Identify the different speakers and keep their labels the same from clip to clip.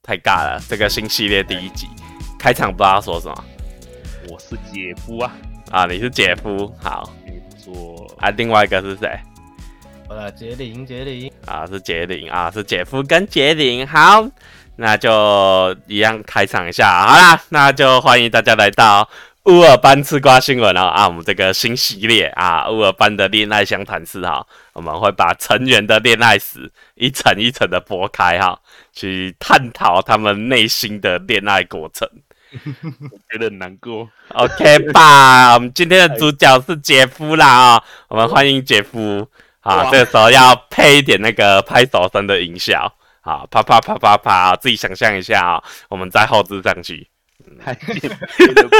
Speaker 1: 太尬了！这个新系列第一集开场不知道说什么
Speaker 2: 我是姐夫啊，
Speaker 1: 啊，你是姐夫，好
Speaker 2: 没错，
Speaker 1: 啊，另外一个是谁
Speaker 3: 好了，杰林，杰林，
Speaker 1: 啊？是杰林啊，是姐夫跟杰林，好，那就一样开场一下，好啦，那就欢迎大家来到。乌尔班吃瓜新闻啊啊，我们这个新系列啊，乌尔班的恋爱相谈室哈，我们会把成员的恋爱史一层一层的剥开哈，去探讨他们内心的恋爱过程。
Speaker 2: 我觉得很难过。
Speaker 1: OK 吧，我们今天的主角是姐夫啦啊、我们欢迎姐夫啊，
Speaker 2: 哇
Speaker 1: 这个时候要配一点那个拍手声的音效啊，啪啪啪啪啪，自己想象一下啊、我们在后置上去，
Speaker 2: 太贱了吧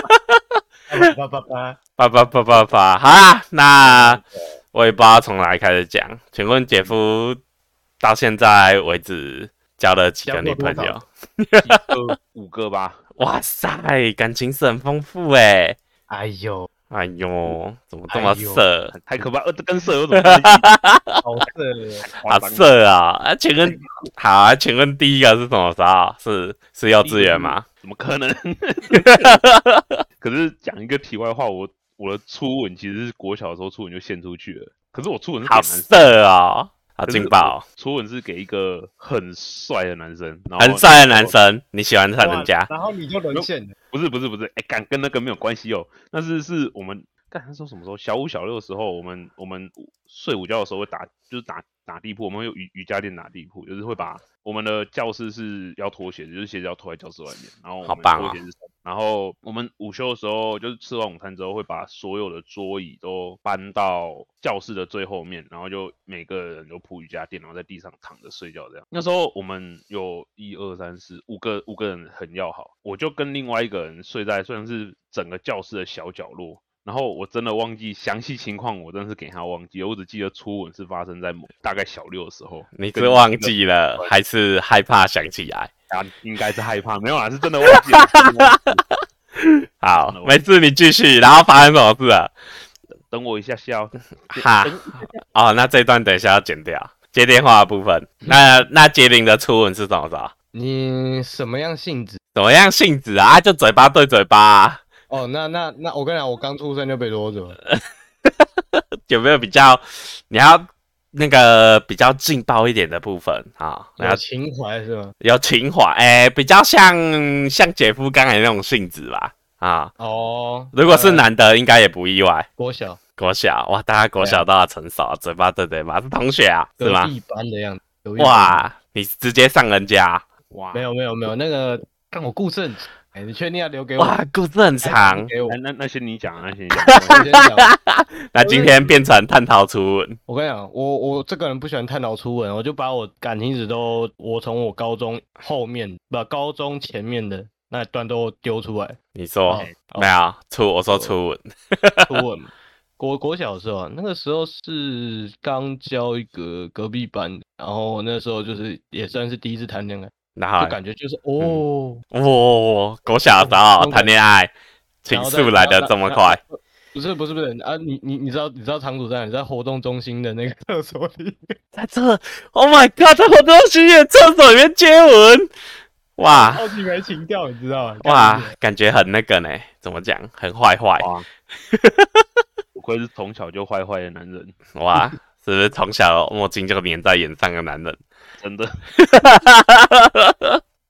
Speaker 3: 叭叭叭，
Speaker 1: 啪啪啪啪啪，好啦，那我也不知道从哪里开始讲，请问姐夫到现在为止交了几个女朋
Speaker 3: 交过多
Speaker 1: 友
Speaker 3: 少？
Speaker 2: 几个五个吧，
Speaker 1: 哇塞，感情是很丰富哎，
Speaker 3: 哎呦，
Speaker 1: 哎呦，怎么这么
Speaker 3: 哎呦
Speaker 1: 色？
Speaker 2: 太可怕了，呃，这跟舍友怎么关系？
Speaker 3: 好色，
Speaker 1: 好色啊！啊，请问，好啊，请问第一个是什么时候？是是幼稚园吗？
Speaker 2: 怎么可能？ 可是讲一个题外话，我我的初吻其实是国小的时候初吻就献出去了，可是我初吻是给
Speaker 1: 好
Speaker 2: 男生，
Speaker 1: 色哦，好
Speaker 2: 可是
Speaker 1: 劲爆！
Speaker 2: 我初吻是给一个很帅的男生，然后
Speaker 1: 很帅的男，生，你喜欢
Speaker 2: 啊
Speaker 1: 上人家？
Speaker 3: 然后你就沦陷了，
Speaker 2: 不是不是不是，哎、敢跟那个没有关系哦，但是是我们干他说什么时候？小五小六的时候，我们我们睡午觉的时候会打，就是打打地铺，我们会有瑜瑜伽垫打地铺，就是会把我们的教室是要脱鞋子，就是鞋子要脱在教室外面，然后我
Speaker 1: 好
Speaker 2: 们
Speaker 1: 棒
Speaker 2: 脱
Speaker 1: 哦
Speaker 2: 鞋子然后我们午休的时候，就是吃完午餐之后，会把所有的桌椅都搬到教室的最后面，然后就每个人都铺瑜伽垫，然后在地上躺着睡觉这样。那时候我们有一二三四五个五个人很要好，我就跟另外一个人睡在算是整个教室的小角落。然后我真的忘记详细情况，我真的是给他忘记了，我只记得初吻是发生在某大概小六的时候。
Speaker 1: 你
Speaker 2: 跟
Speaker 1: 是
Speaker 2: 一
Speaker 1: 忘
Speaker 2: 个
Speaker 1: 记了，还是害怕想起来？
Speaker 2: 啊？应该是害怕，没有啦，是真的忘记了。真的忘记了
Speaker 1: 好
Speaker 2: 那，我
Speaker 1: 没事，你继续。然后发生什么事了？
Speaker 2: 等我一下下哦，
Speaker 1: 哈，哦，那这一段等一下要剪掉。接电话的部分，
Speaker 2: 嗯
Speaker 1: 那那杰林的初吻是什么时候？
Speaker 3: 你什么样性质？
Speaker 1: 怎么样性质啊？啊就嘴巴对嘴巴啊、
Speaker 3: 哦，那那那，我跟你讲，我刚出生就被夺走了，
Speaker 1: 有没有比较你要那个比较劲爆一点的部分啊？然
Speaker 3: 有
Speaker 1: 后
Speaker 3: 情怀是吗？
Speaker 1: 有情怀，哎、比较像像姐夫刚才那种性质吧啊。
Speaker 3: 哦，
Speaker 1: 如果是
Speaker 3: 呃
Speaker 1: 男的，应该也不意外。
Speaker 3: 国小
Speaker 1: 国小哇，大家国小都要成熟，啊嘴巴对嘴巴是同学啊，是
Speaker 3: 隔
Speaker 1: 吗？
Speaker 3: 壁班的样子，隔壁班
Speaker 1: 哇，你直接上人家，
Speaker 2: 哇，
Speaker 3: 没有没有没有，那个 看我故事很长，哎，你确定要留给我？
Speaker 1: 哇，故事很长。
Speaker 3: 给我，
Speaker 2: 那那那些你讲，那些你讲，
Speaker 3: 我 先讲。
Speaker 1: 那今天变成探讨初吻，
Speaker 3: 我跟你讲，我我这个人不喜欢探讨初吻，我就把我感情史都，我从我高中后面，不，高中前面的那一段都丢出来。
Speaker 1: 你说、
Speaker 3: 哦哦
Speaker 1: 没有初？我说初吻，
Speaker 3: 初吻嘛， 国国小的时候啊，那个时候是刚交一个隔壁班的，然后那时候就是也算是第一次谈恋爱，
Speaker 1: 然后
Speaker 3: 就感觉就是哦，
Speaker 1: 哇、国小的时候谈恋爱，情
Speaker 3: 然后再
Speaker 1: 愫来的这么快。。
Speaker 3: 然后不是不是不是啊！你你你知道你知道场主在哪里？在活动中心的那个厕所里。
Speaker 1: 在这，Oh my God，在活动区的厕所里面接吻，哇
Speaker 3: 超级没情调，你知道吗？
Speaker 1: 哇，感觉很那个呢，怎么讲，很坏坏
Speaker 2: 哇，不愧是从小就坏坏的男人，
Speaker 1: 哇，是不是从小墨镜就粘在眼上的男人？
Speaker 2: 真的。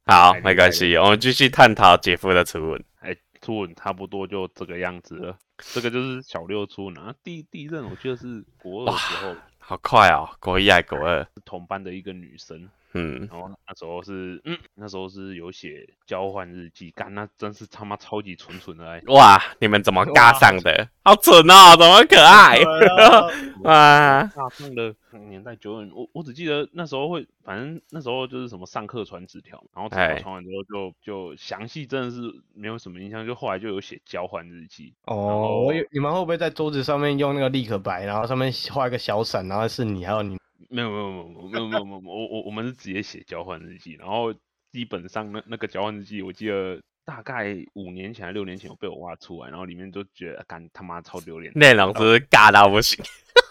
Speaker 1: 好，没关系，我们继续探讨姐夫的初吻。
Speaker 2: 哎，初吻差不多就这个样子了。这个就是小六初吻啊，第第一任我记得是国二的时候，
Speaker 1: 好快哦，国一还国二，
Speaker 2: 是同班的一个女生，
Speaker 1: 嗯，
Speaker 2: 然后那时候是，嗯，那时候是有写交换日记，干那真是他妈超级纯纯的爱，
Speaker 1: 哇，你们怎么尬上的？好蠢哦，怎么可 爱？
Speaker 3: 啊
Speaker 1: 哇，
Speaker 2: 大上的年代久远，我我只记得那时候会，反正那时候就是什么上课传纸条，然后纸条
Speaker 1: 哎
Speaker 2: 传完之后就就详细真的是没有什么印象，就后来就有写交换日记，
Speaker 3: 哦，我有你们会不会在桌子上面用那个立可白，然后上面画一个小伞，然后是你还有你
Speaker 2: 没有没有没有没有没有没有没有，我我我们是直接写交换日记，然后基本上那那个交换日记，我记得大概五年前还六年前我被我挖出来，然后里面就觉得干他妈超丢脸，
Speaker 1: 内容是不是尬到不行？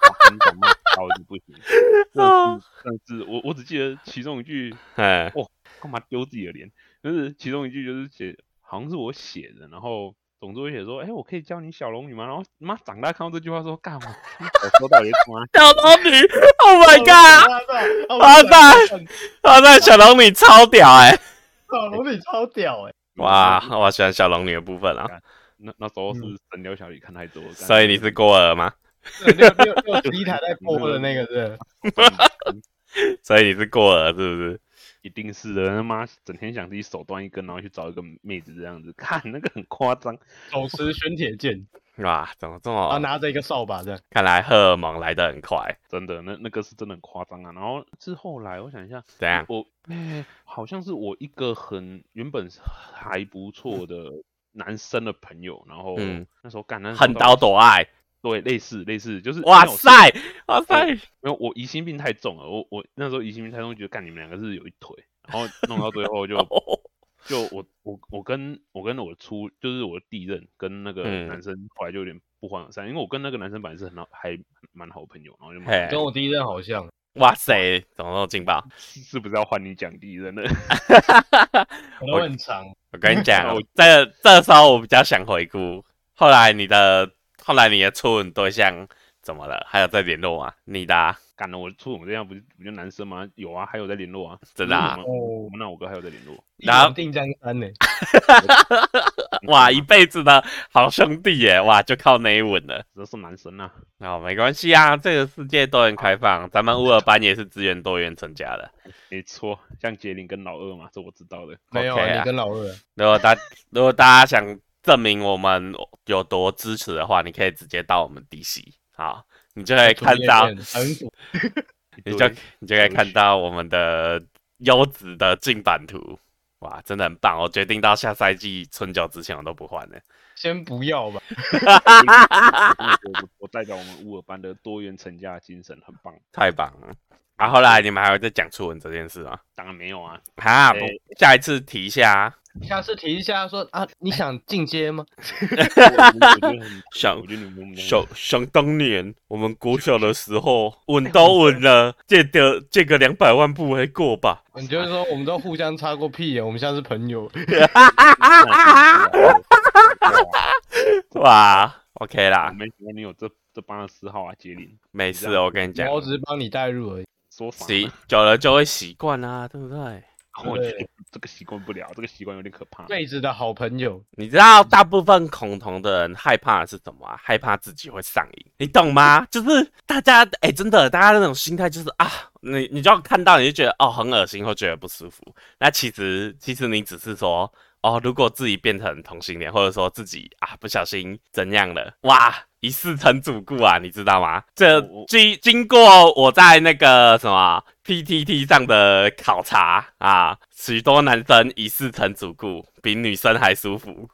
Speaker 2: 哇跟感冒超级不行，真的
Speaker 1: 哦
Speaker 2: 是真的是我我只记得其中一句
Speaker 1: 嗯，
Speaker 2: 干嘛丢自己的脸？就是其中一句就是写，好像是我写的，然后总之会写说，哎、我可以叫你小龙女吗？然后妈长大看到这句话说，干嘛？我说到底是干嘛？
Speaker 1: 小龙女，Oh my god！哇
Speaker 3: god！哇
Speaker 1: 塞
Speaker 3: 塞，
Speaker 1: 啊，那小龙女超屌哎、
Speaker 3: 小龙女超屌 哎！
Speaker 1: 哇，我喜欢小龙女的部分啊。
Speaker 2: 那那时候是
Speaker 3: 嗯
Speaker 2: 《神雕侠侣》看太多，了，
Speaker 1: 所以你是郭儿吗？
Speaker 3: 六六六十一台在播的那个是
Speaker 1: 所以你是郭儿是不是？
Speaker 2: 一定是的，他妈整天想自己手端一根，然后去找一个妹子这样子， 看那个很夸张。
Speaker 3: 手持玄铁剑，
Speaker 1: 哇，怎么这
Speaker 2: 啊
Speaker 3: 然后
Speaker 1: 么？
Speaker 3: 拿着一个扫把这样。
Speaker 1: 看来荷尔蒙来得很快。
Speaker 2: 真的，那那个是真的很夸张啊。然后是后来，我想一下，
Speaker 1: 怎样？
Speaker 2: 我、哎好像是我一个很原本是还不错的男生的朋友，然后、
Speaker 1: 嗯
Speaker 2: 那时候干那时候
Speaker 1: 横刀夺爱！
Speaker 2: 对，类似类似，就是
Speaker 1: 哇
Speaker 2: 没有是
Speaker 1: 塞，哇塞！
Speaker 2: 没有我疑心病太重了，我我那时候疑心病太重，觉得干你们两个是有一腿，然后弄到 最后就就我我我跟我跟我初就是我的第一任跟那个
Speaker 1: 嗯
Speaker 2: 男生后来就有点不欢而散，因为我跟那个男生本来是很好还蛮好的朋友，然后就
Speaker 1: 嘿
Speaker 2: 蛮
Speaker 3: 跟我第一任好像，
Speaker 1: 哇塞，怎么那么劲爆？
Speaker 2: 是是不是要换你讲第一任了？
Speaker 3: 我都很长，
Speaker 1: 我跟你讲
Speaker 2: 我，
Speaker 1: 这这时候我比较想回顾，后来你的后来你的初吻对象怎么了？还有在联络吗？你的啊、
Speaker 2: 干了我初吻对象不是不就男生吗？有啊，还有在联络啊，
Speaker 1: 真的啊
Speaker 2: 就是我们我们那我哥还有在联络，
Speaker 1: 然后
Speaker 3: 一马定江山呢？
Speaker 1: 哇，一辈子的好兄弟耶！哇，就靠那一吻了。
Speaker 2: 这是男生啊，
Speaker 1: 哦，没关系啊，这个世界多元开放，咱们乌尔班也是资源多元成家的。
Speaker 2: 没错，像杰林跟老二嘛，这我知道的。
Speaker 3: 没有
Speaker 1: OK
Speaker 3: 啊，
Speaker 1: 啊
Speaker 3: 你跟老二
Speaker 1: 如果大 如果大家想证明我们有多支持的话，你可以直接到我们 DC，好，你就
Speaker 3: 哎
Speaker 1: 可以看到，
Speaker 3: 很主
Speaker 1: 你
Speaker 2: 对
Speaker 1: 就你就可以
Speaker 2: 有
Speaker 1: 看
Speaker 2: 趣
Speaker 1: 到我们的优质的进版图，哇，真的很棒！我决定到下赛季春酒之前我都不换了。
Speaker 3: 先不要吧。
Speaker 2: 我我代表我们乌尔班的多元成家精神，很棒。
Speaker 1: 太棒了！啊，后来你们还会再讲初吻这件事吗？
Speaker 2: 当然没有 啊，
Speaker 1: 哈，不
Speaker 2: 对
Speaker 1: 下一次提一下啊。
Speaker 3: 下次提一下说啊，你想进阶吗？
Speaker 2: 我我我觉得很
Speaker 1: 想
Speaker 2: 我觉得你们
Speaker 1: 想想当年，我们国小的时 候，吻都吻了，借的借个两百万不为过吧？
Speaker 3: 你就是说我们都互相擦过屁啊眼，我们现在是朋友。
Speaker 1: 啊哇，OK
Speaker 2: 我
Speaker 1: 啦，
Speaker 2: 啊没想到你有这这八十四号啊，杰林，
Speaker 1: 没事，我跟你讲，
Speaker 3: 我只是帮你带入而已。
Speaker 2: 说啥
Speaker 1: 习
Speaker 2: 呢？
Speaker 1: 久了就会习惯啦，对不对？
Speaker 2: 我觉
Speaker 3: 对
Speaker 2: 得这个习惯不了，这个习惯有点可怕。
Speaker 3: 妹子的好朋友，
Speaker 1: 你知道大部分恐同的人害怕的是什么、啊？害怕自己会上瘾，你懂吗？就是大家哎、真的，大家那种心态就是啊，你你就要看到你就觉得哦很恶心，或觉得不舒服。那其实其实你只是说哦，如果自己变成同性恋，或者说自己啊不小心怎样了，哇。一世成主顾啊，你知道吗？这
Speaker 2: 我
Speaker 1: 经经过我在那个什么 PTT 上的考察啊，许多男生一世成主顾，比女生还舒服。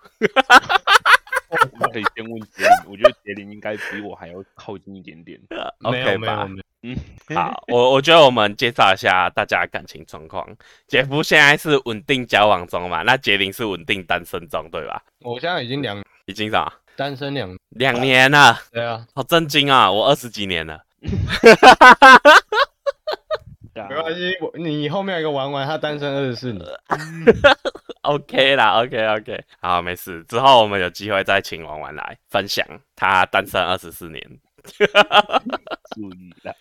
Speaker 2: 我们可以先问杰林，我觉得杰林应该比我还要靠近一点点。
Speaker 3: 没
Speaker 1: OK
Speaker 3: 有没有
Speaker 1: 吧
Speaker 3: 没 有，
Speaker 1: 好，我我觉得我们介绍一下大家的感情状况。杰夫现在是稳定交往中嘛？那杰林是稳定单身中，对吧？
Speaker 3: 我现在已经两
Speaker 1: 已经什么
Speaker 3: 单身两
Speaker 2: 呃
Speaker 1: 两年了，
Speaker 3: 对啊，
Speaker 1: 好震惊啊！我二十几年了，
Speaker 2: 对啊
Speaker 3: 没关系，我你后面有一个玩玩，他单身二十四年，
Speaker 1: 呃 OK 啦，OK OK，好，没事。之后我们有机会再请王玩来分享他单身二十四年。
Speaker 2: 注意啦，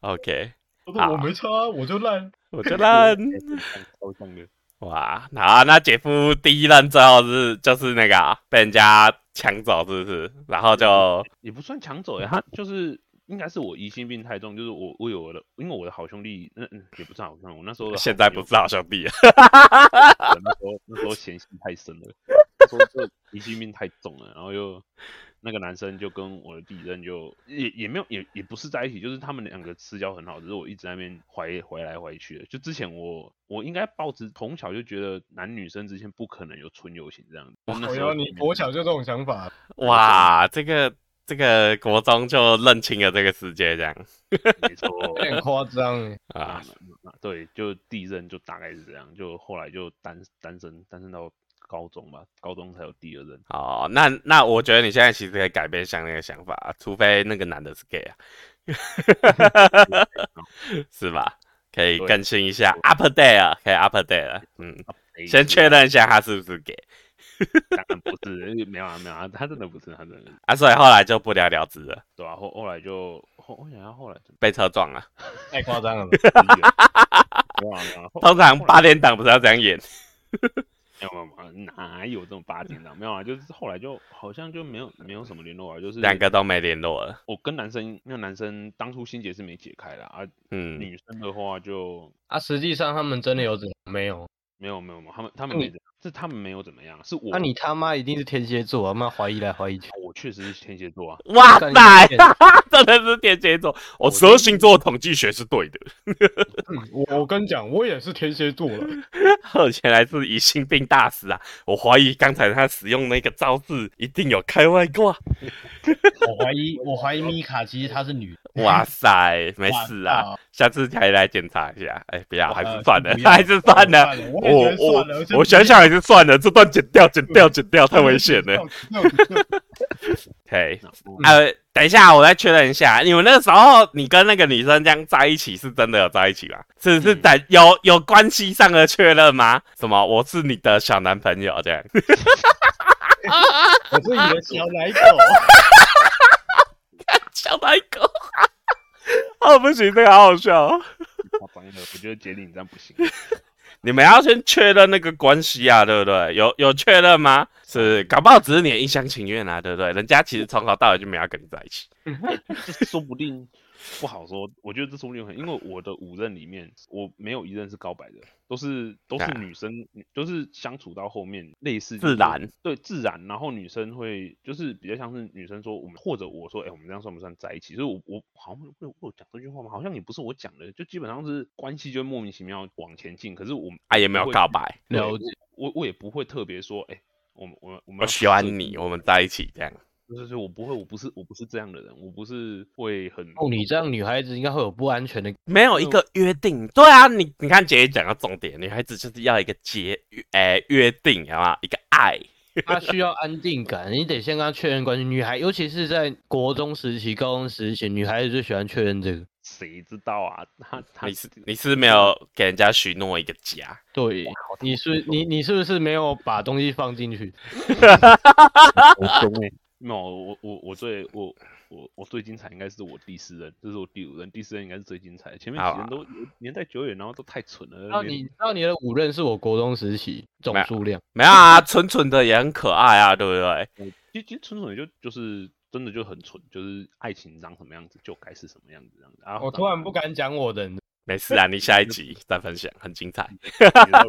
Speaker 1: OK，
Speaker 3: 我
Speaker 1: 说我
Speaker 3: 没差，啊我就烂。
Speaker 1: 我觉得
Speaker 2: 超像的。
Speaker 1: 哇，好啊，那姐夫第一任最后是就是那个啊、被人家抢走，是不是？然后就
Speaker 2: 也不算抢走呀，他就是应该是我疑心病太重，就是我我有我的，因为我的好兄弟，那、嗯、也不是好兄弟，我那时候的好
Speaker 1: 现在不
Speaker 2: 朋友
Speaker 1: 是好兄弟了。
Speaker 2: 对那时候那时候嫌隙太深了，那时候就疑心病太重了，然后又那个男生就跟我的第一任就也也没有也也不是在一起，就是他们两个私交很好，只是我一直在那边怀怀来怀去的。就之前我我应该抱着从小就觉得男女生之间不可能有纯友情这样子，就那
Speaker 3: 我
Speaker 2: 时候
Speaker 3: 哦有啊你
Speaker 2: 就没
Speaker 3: 国
Speaker 2: 有
Speaker 3: 小就这种想法，啊
Speaker 1: 哇，这个这个国中就认清了这个世界，这样
Speaker 2: 没错
Speaker 3: 有点夸张欸。
Speaker 1: 啊
Speaker 2: 啊，那对，就第一任就大概是这样，就后来就单单身，单身到高中吧，高中才有第二任。
Speaker 1: 哦，那那我觉得你现在其实可以改变像那个想 法，除非那个男的是 gay 啊，是吧？可以
Speaker 2: 对
Speaker 1: 更新一下 update 了，可以 update 了。嗯，
Speaker 2: 啊
Speaker 1: 先确认一下他是不是 gay
Speaker 2: 当然不是，没有啊，没有啊，他真的不是，他真的是
Speaker 1: 啊，所以后来就不了了之了，
Speaker 2: 对啊，后后来就后我想想后来怎么
Speaker 1: 被车撞了。
Speaker 3: 太夸张 了吧？
Speaker 2: 很远没有啊没有啊后
Speaker 1: 通常
Speaker 2: 后来
Speaker 1: 八点档不是要这样演？
Speaker 2: 没有没有没有，哪有这种 八点档？没有啊，就是后来就好像就没有没有什么联络啊，就是
Speaker 1: 两个都没联络了。
Speaker 2: 我跟男生，那男生当初心结是没解开啦，啊，
Speaker 1: 嗯，
Speaker 2: 女生的话就
Speaker 3: 啊，实际上他们真的有怎样没有？
Speaker 2: 没有没有没有，他们他们
Speaker 3: 那
Speaker 2: 没
Speaker 3: 你
Speaker 2: 怎样是他们没有怎么样，是我
Speaker 3: 那、你他妈一定是天蝎座、啊，妈怀疑来怀疑去。
Speaker 2: 我确实是天蝎座啊，
Speaker 1: 哇
Speaker 3: 干
Speaker 1: 塞
Speaker 3: 你妈，
Speaker 1: 真的是天蝎座，我十二星座统计学是对的。
Speaker 3: 嗯我我跟你讲，我也是天蝎座了。
Speaker 1: 后前来是疑心病大师啊！我怀疑刚才他使用那个招式一定有开外 挂。
Speaker 3: 我怀疑，我怀疑米卡其实她是女的。
Speaker 1: 哇塞，没事啊，
Speaker 3: 哇塞，哦
Speaker 1: 下次还来检查一下。哎，不要，还
Speaker 3: 呃
Speaker 1: 是算了
Speaker 3: 不，要
Speaker 1: 还是算了。
Speaker 3: 我
Speaker 1: 我
Speaker 3: 也觉得
Speaker 1: 我
Speaker 3: 算了
Speaker 1: 我想，想还是算了，这段剪掉，剪掉，剪掉，太危险了。
Speaker 3: 了。
Speaker 1: OK，
Speaker 2: 然后
Speaker 3: 嗯
Speaker 1: 呃，等一下，我再确认一下，你们那时候你跟那个女生这样在一起，是真的有在一起吗？是是
Speaker 2: 嗯
Speaker 1: 在有有关系上的确认吗？什么？我是你的小男朋友这样？
Speaker 3: 我是你的小奶狗。
Speaker 1: 小白狗。 哦，不行，这个好好笑、哦。
Speaker 2: 夸张了，我觉得杰里你这样 不行，
Speaker 1: 你们要先确认那个关系啊，对不对？有有确认吗？是，搞不好只是你的一厢情愿啊，对不对？人家其实从头到尾就没有要跟你在一起。
Speaker 2: 这说不定不好说，我觉得这说不定很，因为我的五任里面我没有一任是告白的，都是都是
Speaker 1: 啊
Speaker 2: 女生，都是相处到后面类似
Speaker 1: 自然，
Speaker 2: 对自然，然后女生会就是比较像是女生说我们或者我说哎、我们这样算不算在一起？所以我我好像我有我有讲这句话吗？好像也不是我讲的，就基本上是关系就莫名其妙往前进，可是我们
Speaker 1: 啊，也没有告白，
Speaker 2: 对
Speaker 3: 了
Speaker 2: 我
Speaker 3: 解
Speaker 2: 我我也不会特别说哎、我们我们我们
Speaker 1: 我
Speaker 2: 要
Speaker 1: 喜欢
Speaker 2: 设计
Speaker 1: 你，我们在一起这样。
Speaker 2: 就是说我不会，我不是我不是这样的人，我不是会很
Speaker 3: 哦，你这样女孩子应该会有不安全的。
Speaker 1: 没有一个约定，对啊，你你看姐姐讲到重点，女孩子就是要一个结，哎、约定，好吗？一个爱，
Speaker 3: 她需要安定感，你得先跟她确认关系。女孩，尤其是在国中时期、高中时期，女孩子最喜欢确认这个。
Speaker 2: 谁知道啊？他他
Speaker 1: 你是你是没
Speaker 3: 哦
Speaker 1: 有给人家许诺一个家，
Speaker 3: 对，你是你你是不是没有把东西放进去？
Speaker 2: 我兄哎， 没有我我我最我我我最精彩应该是我第四任，这是我第五任，第四任应该是最精彩的，前面
Speaker 1: 好
Speaker 2: 几
Speaker 1: 啊
Speaker 2: 任都有年代久远，然后都太蠢了。
Speaker 3: 那
Speaker 2: 连
Speaker 3: 你那你的五任是我国中时期总
Speaker 1: 没有
Speaker 3: 数量，
Speaker 1: 没有 啊，蠢蠢的也很可爱啊，对不对？
Speaker 2: 我其实其实蠢蠢也就就是真的就很蠢，就是爱情长什么样子就该是什么样子这样子啊。
Speaker 3: 我突然不敢讲我的，
Speaker 1: 没事啊，你下一集再分享，很精 彩。
Speaker 2: 敢，你的到底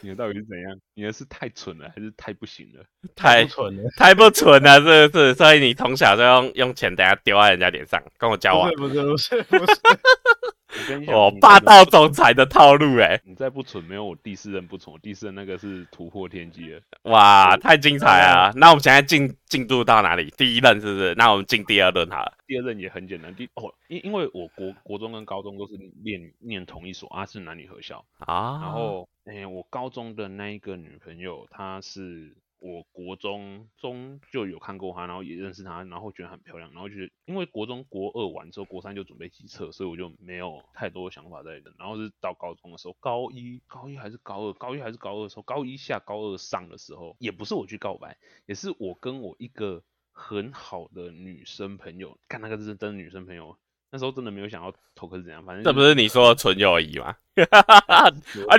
Speaker 2: 你的到底是怎样？你的是太蠢了还是太不行了？
Speaker 1: 太
Speaker 3: 不蠢了。
Speaker 1: 太不纯了，是不是？所以你从小就用用钱，等下丢在人家脸上，跟我交往。
Speaker 3: 不是不是不是不是，
Speaker 2: 我跟你讲，
Speaker 1: 哦，
Speaker 2: 你
Speaker 1: 霸
Speaker 2: 真的
Speaker 1: 道总裁的套路、哎，
Speaker 2: 你再不蠢，没有我第四任不蠢，我第四任那个是突破天际了。
Speaker 1: 哇，太精彩了！那我们现在进进度到哪里？第一任是不是？那我们进第二任好了。
Speaker 2: 第二任也很简单，第哦，因因为我国国中跟高中都是念念同一所啊，是男女合校。
Speaker 1: 啊，
Speaker 2: 然后，诶、我高中的那一个女朋友，她是我国中中就有看过她，然后也认识她，然后觉得很漂亮，然后就是因为国中国二完之后，国三就准备机测，所以我就没有太多想法在里面。然后是到高中的时候，高一高一还是高二，高一还是高二的时候，高一下高二上的时候，也不是我去告白，也是我跟我一个很好的女生朋友，看那个是真的女生朋友。那时候真的没有想要投科是怎样，反正
Speaker 1: 这
Speaker 2: 就
Speaker 1: 不是你说的纯友谊吗？ 啊，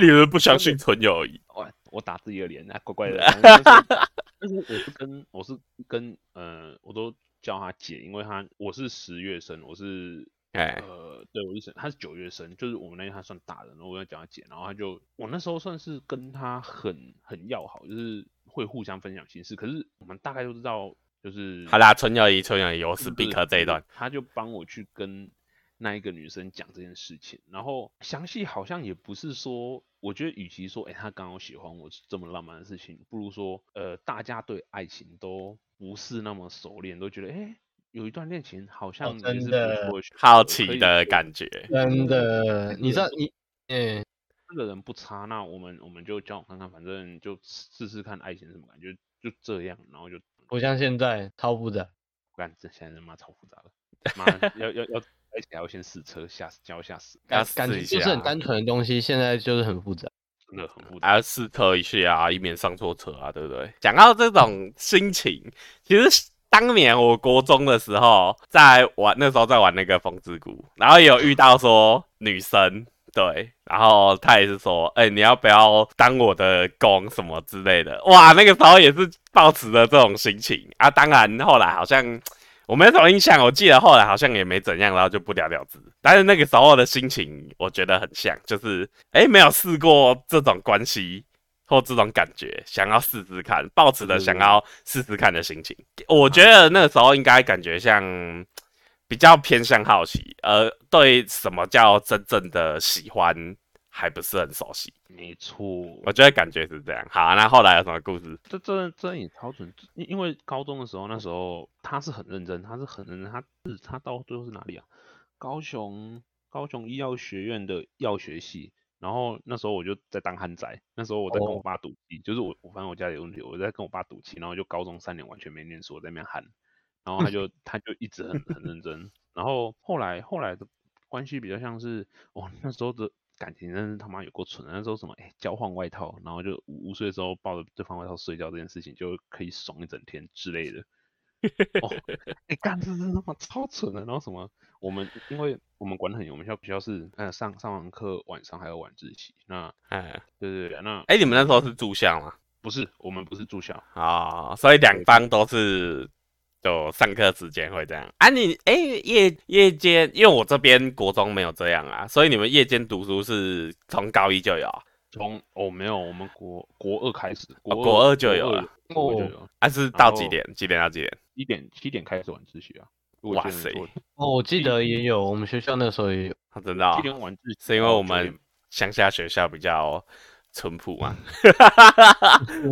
Speaker 2: 有
Speaker 1: 你们不相信纯友谊？
Speaker 2: 我我打自己的脸，那怪怪的。然后但是但是我是跟我是跟呃，我都叫她姐，因为她我是十月生，我是
Speaker 1: 哎，
Speaker 2: 呃，对我是生，她是九月生，就是我们那天她算大的，然后我要叫她姐，然后她就我那时候算是跟她很很要好，就是会互相分享心事，可是我们大概都知道，就是
Speaker 1: 好啦，纯友谊，纯友谊，我
Speaker 2: 不
Speaker 1: 死
Speaker 2: 呃是
Speaker 1: 必
Speaker 2: 不是
Speaker 1: 克哦这一段。
Speaker 2: 他就帮我去跟那一个女生讲这件事情，然后详细好像也不是说，我觉得与其说，哎、他刚好喜欢我这么浪漫的事情，不如说，呃，大家对爱情都不是那么熟练，都觉得，哎、有一段恋情好像也
Speaker 3: 哦真
Speaker 2: 是不
Speaker 3: 的
Speaker 2: 错选择
Speaker 1: 好
Speaker 2: 可
Speaker 1: 奇
Speaker 2: 以
Speaker 1: 的
Speaker 2: 做
Speaker 1: 感觉，
Speaker 3: 真的，你知 道你，嗯、
Speaker 2: 这个人不差，那我们我们就交往看看，反正就试试看爱情是什么感觉，就这样，然后就
Speaker 3: 不像现在超复杂。
Speaker 2: 干这现在他妈超复杂了，妈要要要而且还要先试车，吓死，将要吓死，
Speaker 1: 要
Speaker 3: 感
Speaker 1: 试
Speaker 3: 感
Speaker 1: 一
Speaker 3: 情
Speaker 1: 下
Speaker 3: 就是很单纯的东西，现在就是很复杂。
Speaker 2: 真的很复杂。
Speaker 1: 还要试车一下啊，以免上错车啊，对不对？讲到这种心情，其实当年我国中的时候在玩，那时候在玩那个风之谷，然后也有遇到说女生。对，然后她也是说，哎、你要不要当我的公什么之类的？哇，那个时候也是抱持着这种心情啊。当然，后来好像我没什么印象，我记得后来好像也没怎样，然后就不了了之。但是那个时候的心情，我觉得很像，就是哎、诶没有试过这种关系或这种感觉，想要试试看，抱持着想要试试看的心情。我觉得那个时候应该感觉像比较偏向好奇，而对什么叫真正的喜欢还不是很熟悉。
Speaker 2: 没错，呃
Speaker 1: 我觉得感觉是这样。好，那后来有什么故事？
Speaker 2: 这这这也超准，因因为高中的时候，那时候他是很认真，他是很认真，他是他到最后是哪里啊？高雄高雄医药学院的药学系。然后那时候我就在当憨仔，那时候我在跟我
Speaker 3: 哦
Speaker 2: 爸赌气，就是我我反正我家里有问题，我在跟我爸赌气，然后就高中三年完全没念书，我在那边憨，然后他就他就一直很很认真，然后后来后来的关系比较像是，哇，那时候的感情真是他妈有够蠢的。那时候什么，哎、交换外套，然后就五五岁的时候抱着对方外套睡觉这件事情，就可以爽一整天之类的。哦，哎、干，这真他妈超蠢的。然后什么，我们因为我们管得很严，我们学校学校是呃上上完课晚上还有晚自习。那
Speaker 1: 嗯，
Speaker 2: 对对对，那
Speaker 1: 哎、你们那时候是住校吗？
Speaker 2: 不是我们不是住校，
Speaker 1: 哦，所以两方都是就上课时间会这样啊你？哎、夜夜间，因为我这边国中没有这样啊，所以你们夜间读书是从高一就有啊
Speaker 2: 从哦没有，我们国国二开始，
Speaker 1: 哦
Speaker 2: 国二、
Speaker 1: 国二就有了
Speaker 2: 国二就
Speaker 3: 哦
Speaker 2: 有
Speaker 1: 啊？是到
Speaker 2: 然
Speaker 1: 几
Speaker 2: 后
Speaker 1: 点？几点到几点？
Speaker 2: 一点七点开始晚自习啊。如果
Speaker 1: 哇
Speaker 2: 记得没
Speaker 1: 塞
Speaker 2: 错
Speaker 3: 哦，我记得也有，我们学校那时候也有。
Speaker 1: 啊、真的、哦
Speaker 2: 七？点晚自习
Speaker 1: 是因为
Speaker 2: 到
Speaker 1: 我
Speaker 2: 九
Speaker 1: 们
Speaker 2: 点
Speaker 1: 乡下学校比较淳朴 嘛。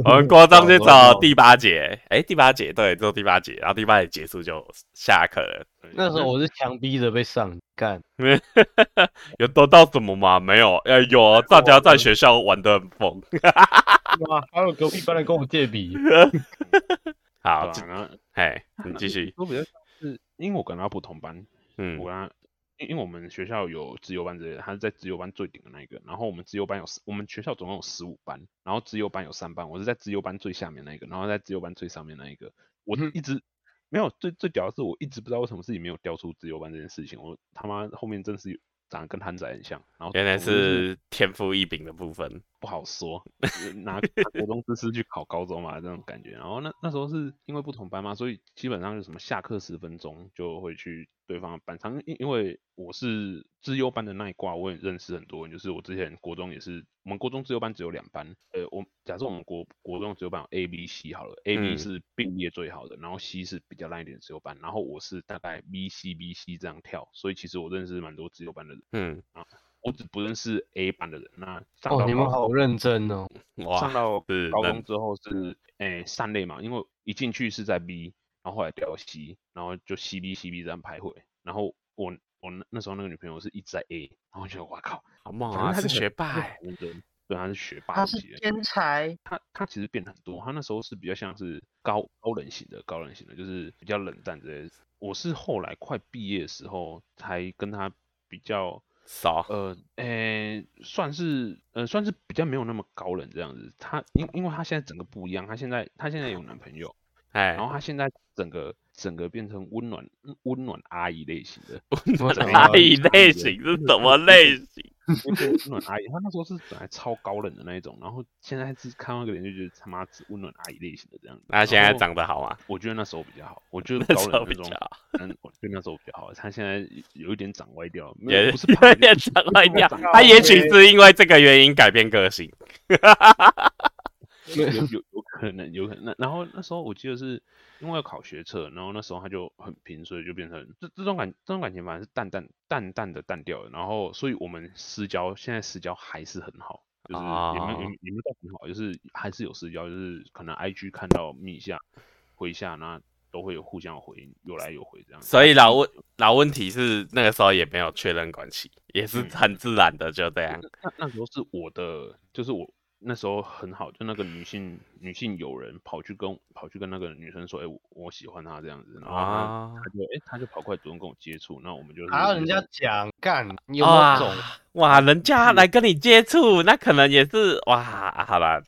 Speaker 1: 我们国中就
Speaker 2: 哦
Speaker 1: 走第八节，哎、第八节对，做第八节，然后第八节结束就下课了。
Speaker 2: 对
Speaker 3: 那时候我是强逼着被上干，
Speaker 1: 有得到什么吗？没有，呃，有
Speaker 2: 哦
Speaker 1: 啊，大家在学校玩的很疯。
Speaker 3: 哇，还有跟一般人跟我借笔，
Speaker 1: 好
Speaker 2: 好，，
Speaker 1: 啊这
Speaker 2: 然后
Speaker 1: 嘿，
Speaker 2: 啊
Speaker 1: 你继续，
Speaker 2: 都比较像是，因为我跟他不同班，
Speaker 1: 嗯
Speaker 2: 我跟他，因因为我们学校有自由班之类的，他是在自由班最顶的那一个，然后我们自由班有四，我们学校总共有十五班，然后自由班有三班，我是在自由班最下面那一个，然后在自由班最上面那一个，我
Speaker 1: 嗯
Speaker 2: 一直。没有，最最屌的是，我一直不知道为什么自己没有调出自由班这件事情。我他妈后面真是有长得跟憨仔很像，然后
Speaker 1: 原来
Speaker 2: 总之
Speaker 1: 是天赋异禀的部分。
Speaker 2: 不好说，呃拿拿国中知识去考高中嘛，这种感觉。然后那那时候是因为不同班嘛，所以基本上就什么下课十分钟就会去对方的班上，因因为我是资优班的那一挂，我也认识很多人，就是我之前国中也是，我们国中资优班只有两班，呃，我假设我们国国中资优班有 A、B、C 好了，A、B
Speaker 1: 嗯
Speaker 2: 是并列最好的，然后 C 是比较烂一点的资优班，然后我是大概 B、C、B、C 这样跳，所以其实我认识蛮多资优班的人，
Speaker 1: 嗯，
Speaker 2: 我只不认识 A 班的人。那上
Speaker 3: 哦
Speaker 2: 到，
Speaker 3: 你们
Speaker 2: 高
Speaker 3: 好认真哦，
Speaker 1: 哇
Speaker 2: 上，到
Speaker 1: 是
Speaker 2: 高
Speaker 1: 那
Speaker 2: 中之后是诶、三类嘛，因为一进去是在 B，然后后来调到 C，然后就 C B C B 这样徘徊。然后我我那那时候那个女朋友是一直在 A，然后我觉得哇靠，
Speaker 1: 好猛
Speaker 2: 反正
Speaker 1: 啊，
Speaker 2: 她
Speaker 1: 是
Speaker 2: 就很
Speaker 1: 学霸
Speaker 2: 她就
Speaker 1: 欸
Speaker 2: 很认真，对，她是学霸
Speaker 4: 他
Speaker 2: 级
Speaker 4: 是
Speaker 2: 的。
Speaker 4: 天才，
Speaker 2: 他他其实变很多，他那时候是比较像是高高冷型的，高冷型的，就是比较冷淡之类的。我是后来快毕业的时候才跟他比较
Speaker 1: 少
Speaker 2: 呃，诶、算是呃，算是比较没有那么高冷这样子。她因因为她现在整个不一样，她现在她现在有男朋友，
Speaker 1: 哎
Speaker 2: 然，后她现在整个整个变成温暖温暖阿姨类型 的，
Speaker 3: 我想
Speaker 1: 哪
Speaker 3: 到
Speaker 1: 里类型是什么类型？
Speaker 2: 因为温暖阿姨，她那时候是本来超高冷的那一种，然后现在是看到那个脸就觉得他妈是温暖阿姨类型的这样子。
Speaker 1: 那
Speaker 2: 然
Speaker 1: 现在
Speaker 2: 后
Speaker 1: 长得好吗？
Speaker 2: 我觉得那时候比较好，我觉得
Speaker 1: 那
Speaker 2: 高
Speaker 1: 时
Speaker 2: 冷
Speaker 1: 候
Speaker 2: 的
Speaker 1: 比
Speaker 2: 那
Speaker 1: 较
Speaker 2: 种，
Speaker 1: 好，
Speaker 2: 嗯，我觉得那时候比较好。她现在有一点长歪掉，没有
Speaker 1: 也
Speaker 2: 不是胖
Speaker 1: 有
Speaker 2: 就
Speaker 1: 点长歪
Speaker 2: 不是
Speaker 1: 掉。
Speaker 2: 长
Speaker 1: 他也许是因为这个原因改变个性。
Speaker 2: 有有有有可能，有可能。那然后那时候我记得是因为要考学测，然后那时候他就很平，所以就变成这这种感这种感情反而是淡淡淡淡的淡掉了。然后所以我们私交现在私交还是很好，就是也没有也
Speaker 1: 哦
Speaker 2: 没也没有到很好，就是还是有私交，就是可能 IG 看到密一下回一下，那都会有互相有回应，有来有回这样。
Speaker 1: 所以
Speaker 2: 嗯
Speaker 1: 老问老问题是那个时候也没有确认关系，也是
Speaker 2: 嗯
Speaker 1: 很自然的就这样。
Speaker 2: 那那时候是我的，就是我那时候很好，就那个女性女性友人跑去跟跑去跟那个女生说，哎、我我喜欢她这样子，然后她、
Speaker 1: 啊
Speaker 2: 她就哎、她就跑过来主动跟我接触，那我们就是
Speaker 3: 还要人家讲干，你有没有
Speaker 1: 哇
Speaker 3: 种？
Speaker 1: 哇，人
Speaker 2: 嗯
Speaker 1: 家来跟你接触，那可能也是哇，好啦，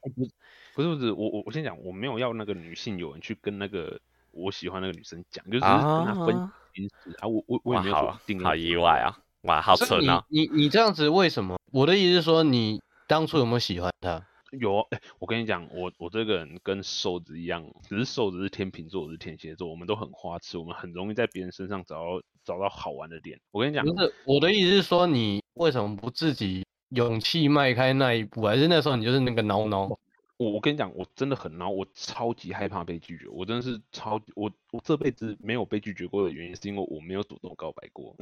Speaker 2: 不是不是，我我我先讲，我没有要那个女性友人去跟那个我喜欢那个女生讲，就只是跟她分
Speaker 1: 啊
Speaker 2: 心事啊，我我我也
Speaker 1: 哇，
Speaker 2: 没有说
Speaker 1: 好
Speaker 2: 一定要
Speaker 1: 好
Speaker 2: 怎
Speaker 1: 意
Speaker 2: 么
Speaker 1: 外
Speaker 2: 样
Speaker 1: 啊，哇，好
Speaker 3: 所以
Speaker 1: 蠢哦，
Speaker 3: 你你你这样子为什么？我的意思是说，你当初有没有喜欢他？
Speaker 2: 有啊，哎、我跟你讲，我我这个人跟瘦子一样，只是瘦子是天秤座，我是天蝎座，我们都很花痴，我们很容易在别人身上找到找到好玩的点。我跟你讲，
Speaker 3: 不是，我的意思是说，你为什么不自己勇气迈开那一步？还是那时候你就是那个挠挠？
Speaker 2: 我我跟你讲，我真的很孬，我超级害怕被拒绝，我真的是超级我我这辈子没有被拒绝过的原因，是因为我没有主动告白过。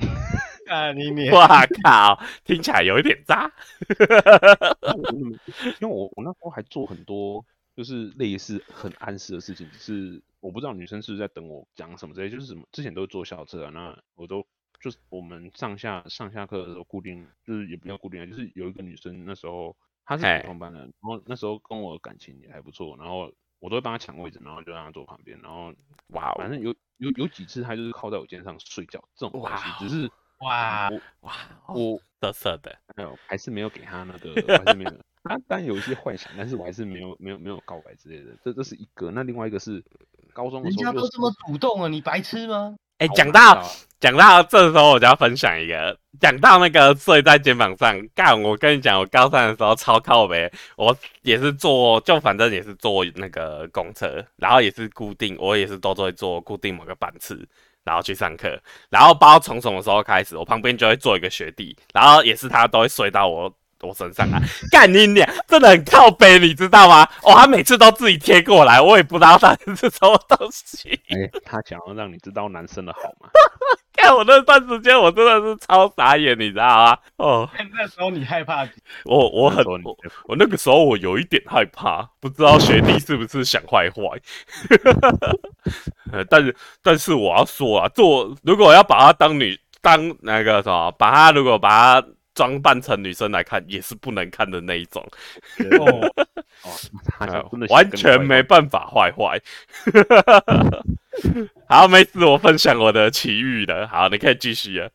Speaker 3: 啊，你你
Speaker 1: 哇靠，听起来有一点渣，
Speaker 2: 嗯因为我我那时候还做很多就是类似很暗示的事情，只是我不知道女生是不是在等我讲什么之类，就是什么之前都是坐校车啊，那我都就是我们上下上下课的时候固定，就是也不要固定啊，就是有一个女生那时候她是
Speaker 1: 嘿
Speaker 2: 普通班的，然后那时候跟我感情也还不错，然后我都会帮她抢位置，然后就让她坐旁边，然后
Speaker 1: 哇
Speaker 2: 反
Speaker 1: 哦
Speaker 2: 正有有有几次她就是靠在我肩上睡觉这种东
Speaker 1: 哇
Speaker 2: 西，只是
Speaker 3: 哇，
Speaker 2: 我
Speaker 1: 哇哦，
Speaker 2: 我
Speaker 1: 色色的，
Speaker 2: 没有，呃还是没有给他那个，我还是没 有。他当然有一些幻想，但是我还是没有没有没有告白之类的。这这是一个，那另外一个是高中的时
Speaker 3: 人家
Speaker 2: 候就
Speaker 3: 都
Speaker 2: 是
Speaker 3: 这么主动啊了，你白痴吗？
Speaker 1: 哎、
Speaker 2: 好
Speaker 1: 讲
Speaker 2: 我知道
Speaker 1: 到
Speaker 2: 啊
Speaker 1: 讲到这时候，我就要分享一个，讲到那个睡在肩膀上，干，我跟你讲，我高三的时候超靠北，我也是坐，就反正也是坐那个公车，然后也是固定，我也是都会坐固定某个班次。然后去上课，然后不知道从什么时候开始，我旁边就会坐一个学弟，然后也是他都会睡到我我身上来，干你娘，真的很靠北，你知道吗？哦，他每次都自己贴过来，我也不知道他是什么东西。
Speaker 2: 哎、他想要让你知道男生的好嘛？
Speaker 1: 看我那段时间，我真的是超傻眼，你知道吗？哦，
Speaker 3: 那时候你害 怕，
Speaker 1: 我 我
Speaker 2: 那
Speaker 1: 很
Speaker 2: 时候你
Speaker 1: 我
Speaker 2: 就
Speaker 1: 我那个时候我有一点害怕，不知道学弟是不是想坏 坏。呃，但是但是我要说啊，做如果要把她当女当那个什么，把她如果把她装扮成女生来看，也是不能看的那一种，呃
Speaker 2: 觉 得 哦，他想真的想
Speaker 1: 完
Speaker 2: 跟你
Speaker 1: 全
Speaker 2: 外
Speaker 1: 没
Speaker 2: 貌
Speaker 1: 办法坏坏。 好，没事，我分享我的奇遇了。好，你可以继续了。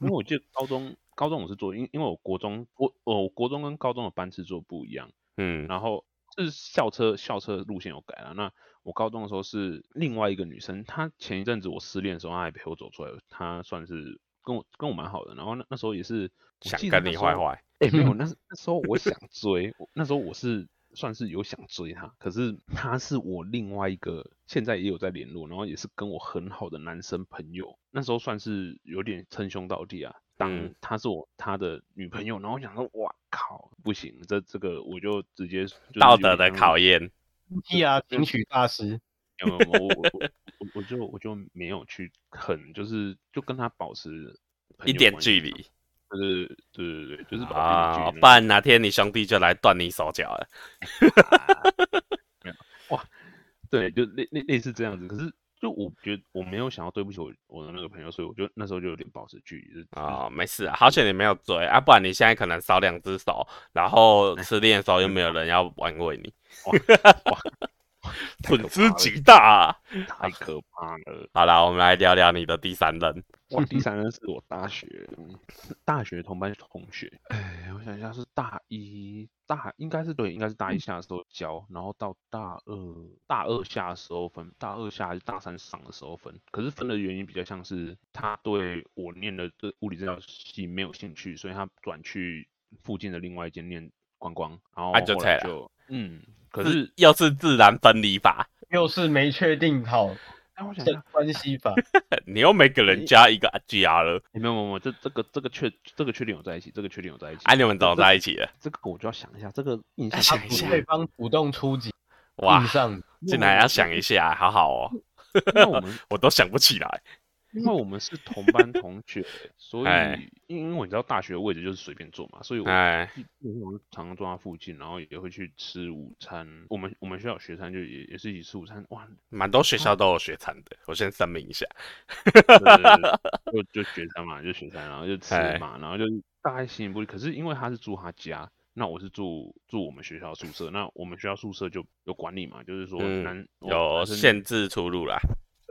Speaker 2: 因为我记得高中高中我是做，因因为我国中我哦我我国中跟高中的班次做不一样，
Speaker 1: 嗯，
Speaker 2: 然后是校车校车路线有改了。那我高中的时候是另外一个女生，她前一阵子我失恋的时候，她还陪我走出来，她算是跟我跟我蛮好的。然后那那时候也是我
Speaker 1: 想
Speaker 2: 记得
Speaker 1: 跟
Speaker 2: 那
Speaker 1: 你
Speaker 2: 时候
Speaker 1: 坏，坏。
Speaker 2: 哎、没有，那那时候我想追，我那时候我是算是有想追她，可是她是我另外一个现在也有在联络，然后也是跟我很好的男生朋友，那时候算是有点称兄道弟啊。当
Speaker 1: 嗯
Speaker 2: 她是我她的女朋友，然后我想说，哇靠，不行，这这个我就直接就是
Speaker 1: 道
Speaker 2: 有
Speaker 1: 德
Speaker 2: 点
Speaker 1: 的
Speaker 2: 像是
Speaker 1: 考验。
Speaker 3: 屁啊，评曲大师，
Speaker 2: 没有，没有我我我我我就我就没有去很就是就跟他保持朋
Speaker 1: 一
Speaker 2: 友
Speaker 1: 点
Speaker 2: 关系
Speaker 1: 距
Speaker 2: 嘛，
Speaker 1: 离
Speaker 2: 就是对对对，就是保持一
Speaker 1: 啊
Speaker 2: 点距！离。
Speaker 1: 不然哪天你兄弟就来断你手脚了。
Speaker 2: 对，就类类类似这样子。可是就我觉得我没有想要对不起我我的那个朋友，所以我就那时候就有点保持距离。就是
Speaker 1: 啊，没事啊，好险你没有追啊，不然你现在可能少两只手，然后失恋的时候又没有人要安慰你，损
Speaker 2: 太可
Speaker 1: 失
Speaker 2: 怕了
Speaker 1: 极大啊。
Speaker 2: 太可怕了。
Speaker 1: 好啦，我们来聊聊你的第三任。
Speaker 2: 哇，第三任是我大学嗯大学同班同学，哎，我想一下是大一大应该是对，应该是大一下的时候交，然后到大二大二下的时候分，大二下还是大三上的时候分。可是分的原因比较像是他对我念的这物理治疗系没有兴趣，所以他转去附近的另外一间念观光，然后
Speaker 1: 啊就
Speaker 2: 后来
Speaker 1: 菜了
Speaker 2: 就嗯，可是
Speaker 1: 又是自然分离法，
Speaker 3: 又是没确定好
Speaker 2: 哎，我想一
Speaker 3: 的
Speaker 2: 下，
Speaker 3: 关系法。
Speaker 1: 你又没给人家一个 GR 了，
Speaker 2: 哎没有没有没有，这这个这个确这个确定有在一起，这个确定有在一起。
Speaker 1: 啊，你们怎么
Speaker 2: 这
Speaker 1: 在一起了？
Speaker 2: 这个我就要想一下，这个 印象
Speaker 1: 想
Speaker 2: 深
Speaker 1: 一
Speaker 2: 刻
Speaker 1: 下
Speaker 3: 对方主动出击，
Speaker 1: 哇
Speaker 3: 遇，上
Speaker 1: 竟然要想一下，好好哦，
Speaker 2: 因为我们
Speaker 1: 我都想不起来。
Speaker 2: 因为我们是同班同学，欸所
Speaker 1: 哎
Speaker 2: 以因为你知道大学的位置就是随便坐嘛，所以我
Speaker 1: 哎，
Speaker 2: 一我们常常坐他附近，然后也会去吃午餐。我们我们学校有学餐就也也是一起吃午餐，哇，
Speaker 1: 蛮多学校都有学餐的，我先声明一下。
Speaker 2: 对对 对就就学餐嘛，就学餐，然后就吃
Speaker 1: 哎
Speaker 2: 嘛，然后就大概形影不离。可是因为他是住他家，那我是住住我们学校宿舍，那我们学校宿舍就有管理嘛，就是说
Speaker 1: 嗯
Speaker 2: 男、我
Speaker 1: 有
Speaker 2: 男生
Speaker 1: 限制出入啦。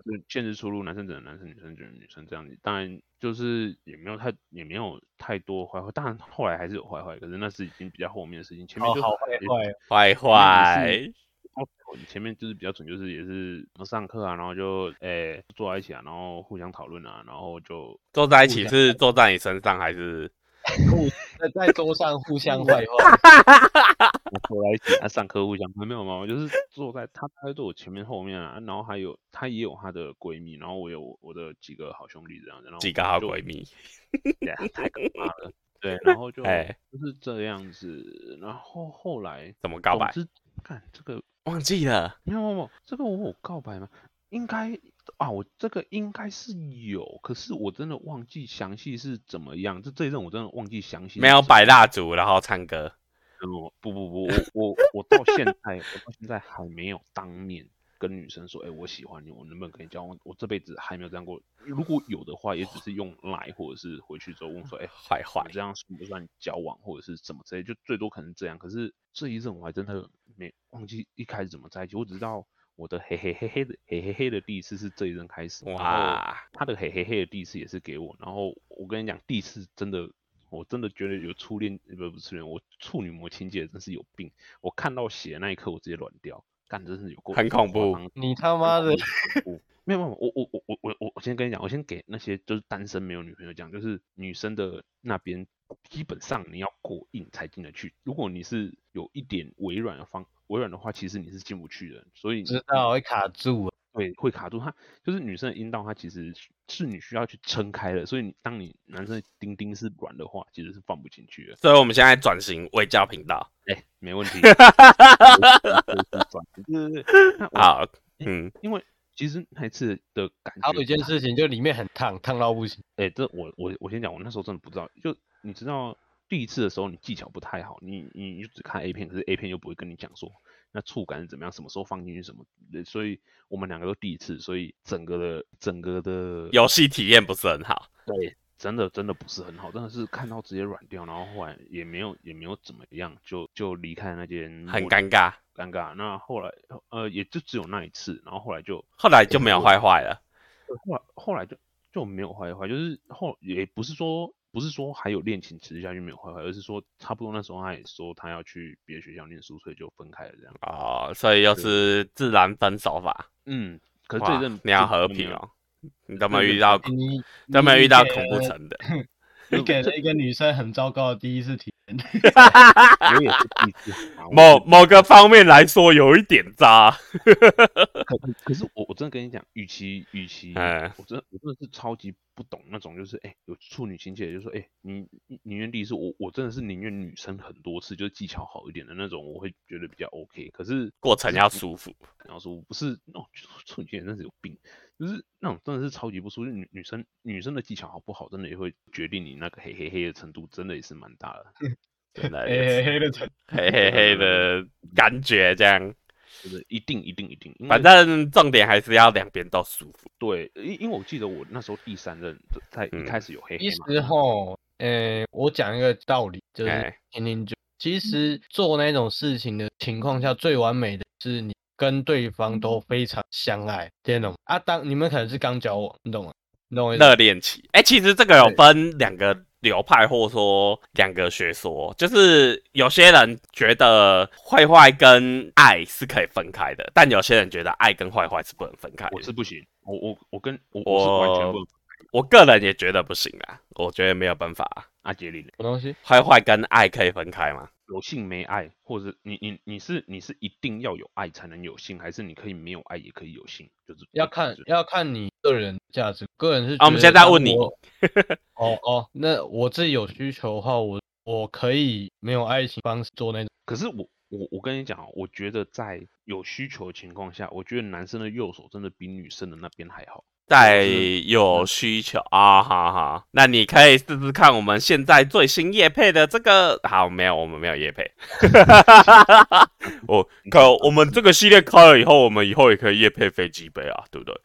Speaker 2: 就是限制出入，男生只能男生，女生只能女生这样子。当然就是也没有太也没有太多坏坏，当然后来还是有坏坏，可是那是已经比较后面的事情，前面
Speaker 3: 好
Speaker 2: 就
Speaker 3: 哦好坏
Speaker 2: 也
Speaker 3: 坏，
Speaker 1: 坏坏，
Speaker 2: 哦，前面就是比较准，就是也是上课啊，然后就诶、坐在一起啊，然后互相讨论啊，然后就
Speaker 1: 坐在一起是坐在你身上还是？
Speaker 3: 在哦在 桌上互相坏坏，
Speaker 2: 坐在一起啊，上课互相没有嘛，我就是坐在他他坐我前面后面啊，然后还有她也有她的闺蜜，然后我有我的几个好兄弟这样子，然后
Speaker 1: 几个好
Speaker 2: 就
Speaker 1: 闺蜜，
Speaker 2: 对啊太可怕了，对，然后就
Speaker 1: 哎
Speaker 2: 就是这样子，然后后来
Speaker 1: 怎么告白？
Speaker 2: 总之看这个
Speaker 1: 忘记了，
Speaker 2: 没有没有没有，这个我有告白吗？应该啊，我这个应该是有，可是我真的忘记详细是怎么样。这这一任我真的忘记详细是
Speaker 1: 没有
Speaker 2: 怎
Speaker 1: 摆蜡烛，然后唱歌。
Speaker 2: 么样。不不不，我我我到现在，我到现在还没有当面跟女生说，哎、我喜欢你，我能不能跟你交往？我这辈子还没有这样过。如果有的话，也只是用来或者是回去之后问说，哎、
Speaker 1: 坏坏
Speaker 2: 我们这样算不算交往，或者是怎么之类，就最多可能这样。可是这一任我还真的没忘记一开始怎么在一起，我只知道我的嘿嘿嘿嘿的嘿嘿嘿的第一次是这一任开始，然后
Speaker 1: 哇，
Speaker 2: 他的嘿嘿嘿的第一次也是给我，然后我跟你讲，第一次真的。我真的觉得有初恋，呃不不是初恋，我处女膜情节真是有病。我看到血的那一刻，我直接软掉，干真是有够
Speaker 1: 很恐怖
Speaker 2: 夸张
Speaker 3: 你他妈的，
Speaker 2: 我没有没有，我我我我我我先跟你讲，我先给那些就是单身没有女朋友讲，就是女生的那边基本上你要过硬才进得去，如果你是有一点微软的方微软的话，其实你是进不去的，所以
Speaker 3: 知道会卡住，
Speaker 2: 对会卡住它，就是女生的阴道它其实是是你需要去撑开的，所以你当你男生的丁丁是软的话，其实是放不进去的。
Speaker 1: 所以我们现在转型微教频 道。
Speaker 2: 哎、没问题。 对对对，那我
Speaker 1: 好，嗯，
Speaker 2: 因为其实那一次的感觉，
Speaker 3: 还有一件事情就里面很烫，烫到不行，
Speaker 2: 哎、这我我我先讲，我那时候真的不知道，就你知道第一次的时候，你技巧不太好，你你你就只看 A 片，可是 A 片又不会跟你讲说那触感是怎么样，什么时候放进去什么，呃所以我们两个都第一次，所以整个的整个的
Speaker 1: 游戏体验不是很好。
Speaker 2: 对，真的真的不是很好，真的是看到直接软掉，然后后来也没有也没有怎么样，就就离开那间
Speaker 1: 很
Speaker 2: 我
Speaker 1: 尴尬
Speaker 2: 尴尬。那后来呃也就只有那一次，然后后来就
Speaker 1: 后来就没有坏坏了。
Speaker 2: 后来后来就就没有坏坏，就是后也不是说不是说还有恋情持续下去没有坏坏，而是说差不多那时候他也说他要去别的学校念书，所以就分开了这样。
Speaker 1: 哦，所以又是自然分手法。
Speaker 2: 嗯，可是这
Speaker 1: 哇
Speaker 2: 一任，
Speaker 1: 你要和平，哦。你都没有
Speaker 2: 这一
Speaker 1: 遇
Speaker 2: 任
Speaker 1: 到，
Speaker 3: 你
Speaker 1: 都没有
Speaker 3: 你
Speaker 1: 遇到
Speaker 3: 给
Speaker 1: 恐怖
Speaker 3: 了
Speaker 1: 城的。
Speaker 2: 这
Speaker 3: 你给了一个女生很糟糕的第一次体验，
Speaker 2: 我也是第一次 啊。我
Speaker 1: 某
Speaker 2: 是
Speaker 1: 某个方面来说，有一点渣。
Speaker 2: 可可是我我真的跟你讲，与其与其，
Speaker 1: 哎
Speaker 2: 我真的我真的是超级不懂那种，就是哎、有处女情节，就是说哎、你你宁愿第一次，我我真的是宁愿女生很多次，就是技巧好一点的那种，我会觉得比较 OK。可是
Speaker 1: 过程要舒服。
Speaker 2: 然后说我不是哦那种处女情节真是有病，就是那种真的是超级不舒服。女女生女生的技巧好不好，真的也会决定你那个嘿嘿嘿的程度，真的也是蛮大的。
Speaker 1: 嗯真的
Speaker 3: 嘿嘿嘿嗯的程度，
Speaker 1: 嘿嘿嘿的感觉，这样，
Speaker 2: 就是一定一定一定，
Speaker 3: 嗯
Speaker 2: 因为
Speaker 1: 反正重点还是要两边都舒服。
Speaker 2: 对，因因为我记得我那时候第三任在一
Speaker 1: 嗯
Speaker 2: 开始有嘿嘿
Speaker 3: 其
Speaker 2: 嘛，
Speaker 3: 实吼，诶、我讲一个道理，就是
Speaker 1: 哎
Speaker 3: 听听就。其实做那种事情的情况下，最完美的是你跟对方都非常相爱，听得懂吗？啊，当你们可能是刚交往，你懂吗？你懂我意思吗？
Speaker 1: 热恋期，哎、其实这个有分两个流派，或者说两个学说，就是有些人觉得坏坏跟爱是可以分开的，但有些人觉得爱跟坏坏是不能分开的。
Speaker 2: 我是不行，我我我跟我
Speaker 1: 我
Speaker 2: 我是完全不能
Speaker 1: 我个人也觉得不行啊，我觉得没有办法啊、
Speaker 2: 阿杰林，
Speaker 3: 什么东西？
Speaker 1: 坏坏跟爱可以分开吗？
Speaker 2: 有性没爱，或者你你你是你是一定要有爱才能有性，还是你可以没有爱也可以有性？就是
Speaker 3: 要看
Speaker 2: 就是
Speaker 3: 要看你个人价值，个人是
Speaker 1: 啊我们现
Speaker 3: 觉得
Speaker 1: 在
Speaker 3: 当
Speaker 1: 问你
Speaker 3: 我哦哦，那我自己有需求的话，我我可以没有爱情方式做那种。
Speaker 2: 可是我我我跟你讲哦，我觉得在有需求的情况下，我觉得男生的右手真的比女生的那边还好。
Speaker 1: 带有需求啊，好好，那你可以试试看我们现在最新夜配的这个，好，没有，我们没有夜配。 我靠，我们这个系列开了以后，我们以后也可以夜配飞机杯啊，对不对？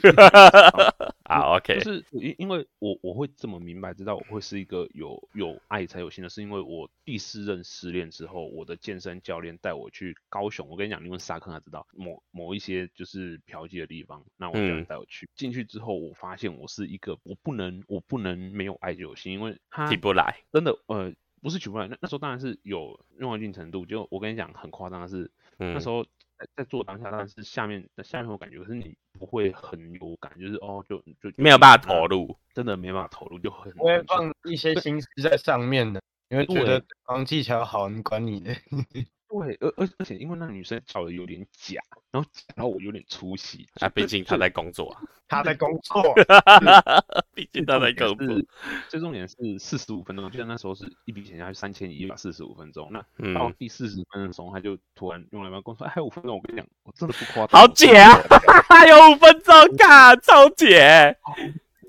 Speaker 2: 对啊，
Speaker 1: 啊，OK，
Speaker 2: 就是因因为我我会这么明白知道我会是一个有有爱才有心的，是因为我第四任失恋之后，我的健身教练带我去高雄，我跟你讲，你问沙坑他知道某某一些就是嫖妓的地方，那我教练
Speaker 1: 嗯
Speaker 2: 带我去，进、去之后我发现我是一个我不能我不能没有爱就有心，因为他
Speaker 1: 提不来，
Speaker 2: 真的呃不是举不来，那那时候当然是有用到一定程度，就我跟你讲很夸张的是，那
Speaker 1: 嗯
Speaker 2: 时候在在做当下，当然是下面下面有感觉，可是你不会很有感，就是哦就就
Speaker 1: 没有办法
Speaker 2: 入。
Speaker 1: 投入，
Speaker 2: 真的没办法投入，就很
Speaker 3: 不会
Speaker 2: 很爽
Speaker 3: 放一 些心思在上面的，因为觉
Speaker 2: 对
Speaker 3: 得对方技巧好，你管你的。
Speaker 2: 对，而而而且因为那女生叫的有点假，然后假到我有点出戏。
Speaker 1: 啊，
Speaker 2: 所以
Speaker 1: 毕
Speaker 2: 这
Speaker 1: 竟他在工作 啊，
Speaker 3: 他在工 作，
Speaker 1: 毕竟他在工作，
Speaker 2: 最重点是四十五分钟，就像那时候是一笔钱下去三千一百四十五分钟，那到
Speaker 1: 嗯，
Speaker 2: 第四十分钟的时候，他就突然用来帮我说，哎，还有五分钟，我跟你讲，我真的不夸张，
Speaker 1: 好
Speaker 2: 我真的
Speaker 1: 解啊
Speaker 2: 不夸张
Speaker 1: 还有五分钟，嘎，超姐，
Speaker 2: 哦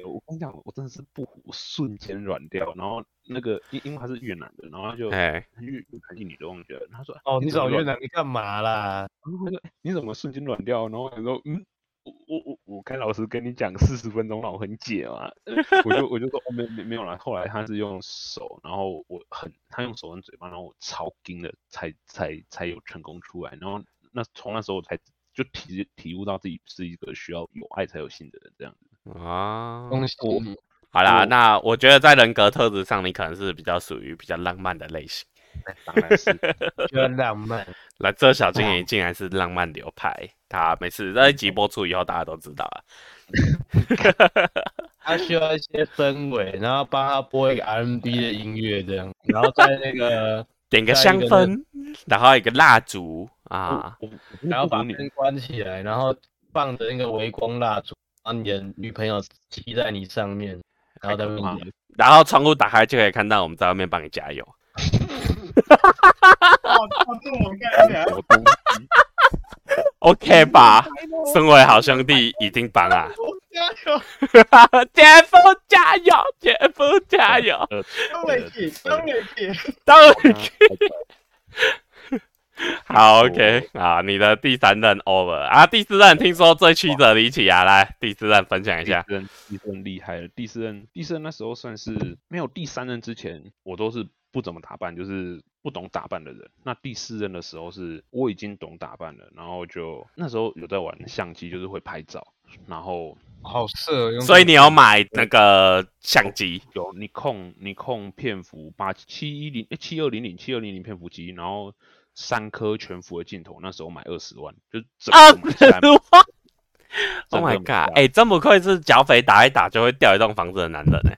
Speaker 2: 我跟你讲，我真的是不服，我瞬间软掉。然后那个因因为他是越南的，然后他就
Speaker 1: 哎，
Speaker 2: 越越南一女的忘记了，他说
Speaker 3: 哦，你
Speaker 2: 怎么
Speaker 3: 找
Speaker 2: 软
Speaker 3: 越南你干嘛 啦？
Speaker 2: 然后他说：“你怎么瞬间软掉？”然后我说：“嗯，我我我我跟老师跟你讲四十分钟让我很解嘛。”我就我就说：“哦，没没没有啦。”后来他是用手，然后我很他用手跟嘴巴，然后我超硬的才才才有成功出来。然后那从那时候我才就体体悟到自己是一个需要有爱才有性的人，这样子。
Speaker 1: 啊，
Speaker 3: 恭喜你，
Speaker 1: 好啦，
Speaker 2: 我
Speaker 1: 那我觉得在人格特质上，你可能是比较属于比较浪漫的类型。
Speaker 2: 当然是
Speaker 3: 觉得浪漫。
Speaker 1: 那这小精灵竟然是浪漫流派，他每次这一集播出以后，大家都知道了。
Speaker 3: 他需要一些氛围，然后帮他播一个 R&B 的音乐这样，然后在那 个，
Speaker 1: 点个
Speaker 3: 下
Speaker 1: 香
Speaker 3: 一个呢
Speaker 1: 氛，然后一个蜡烛啊，
Speaker 2: 我我我不
Speaker 3: 然后
Speaker 2: 不
Speaker 3: 把
Speaker 2: 服你
Speaker 3: 灯关起来，然后放着那个微光蜡烛，然后你的女朋友骑在你上面，然后在那
Speaker 2: 太可怕
Speaker 3: 边
Speaker 1: 然后窗户打开就可以看到我们在外面帮你加油。
Speaker 2: 什么东西
Speaker 1: OK 吧，身为好兄弟一定帮啊！
Speaker 3: 加油，
Speaker 1: 姐夫加油，姐夫加油！ 嗯
Speaker 2: 呃，
Speaker 3: 伟杰，
Speaker 1: 到
Speaker 2: 对
Speaker 1: 好 OK 啊，你的第三任 over 啊，第四任听说最曲折离奇啊，来第四任分享一
Speaker 2: 第
Speaker 1: 下
Speaker 2: 四。任第四任厉害了，第四任第四任那时候算是没有第三任之前，我都是不怎么打扮，就是不懂打扮的人。那第四任的时候是我已经懂打扮了，然后就那时候有在玩相机，就是会拍照，然后
Speaker 3: 好色，哦用
Speaker 1: 所以你有买那个相机，
Speaker 2: 有尼控尼控片幅八七一零七二零零七二零零片幅机，然后三颗全幅的镜头，那时候买二十万，就整
Speaker 1: 啊
Speaker 2: 个买下 来。
Speaker 1: Oh my
Speaker 2: 整个买下
Speaker 1: god！
Speaker 2: 来
Speaker 1: 哎、真不愧是剿匪打一打就会掉一栋房子的男人哎、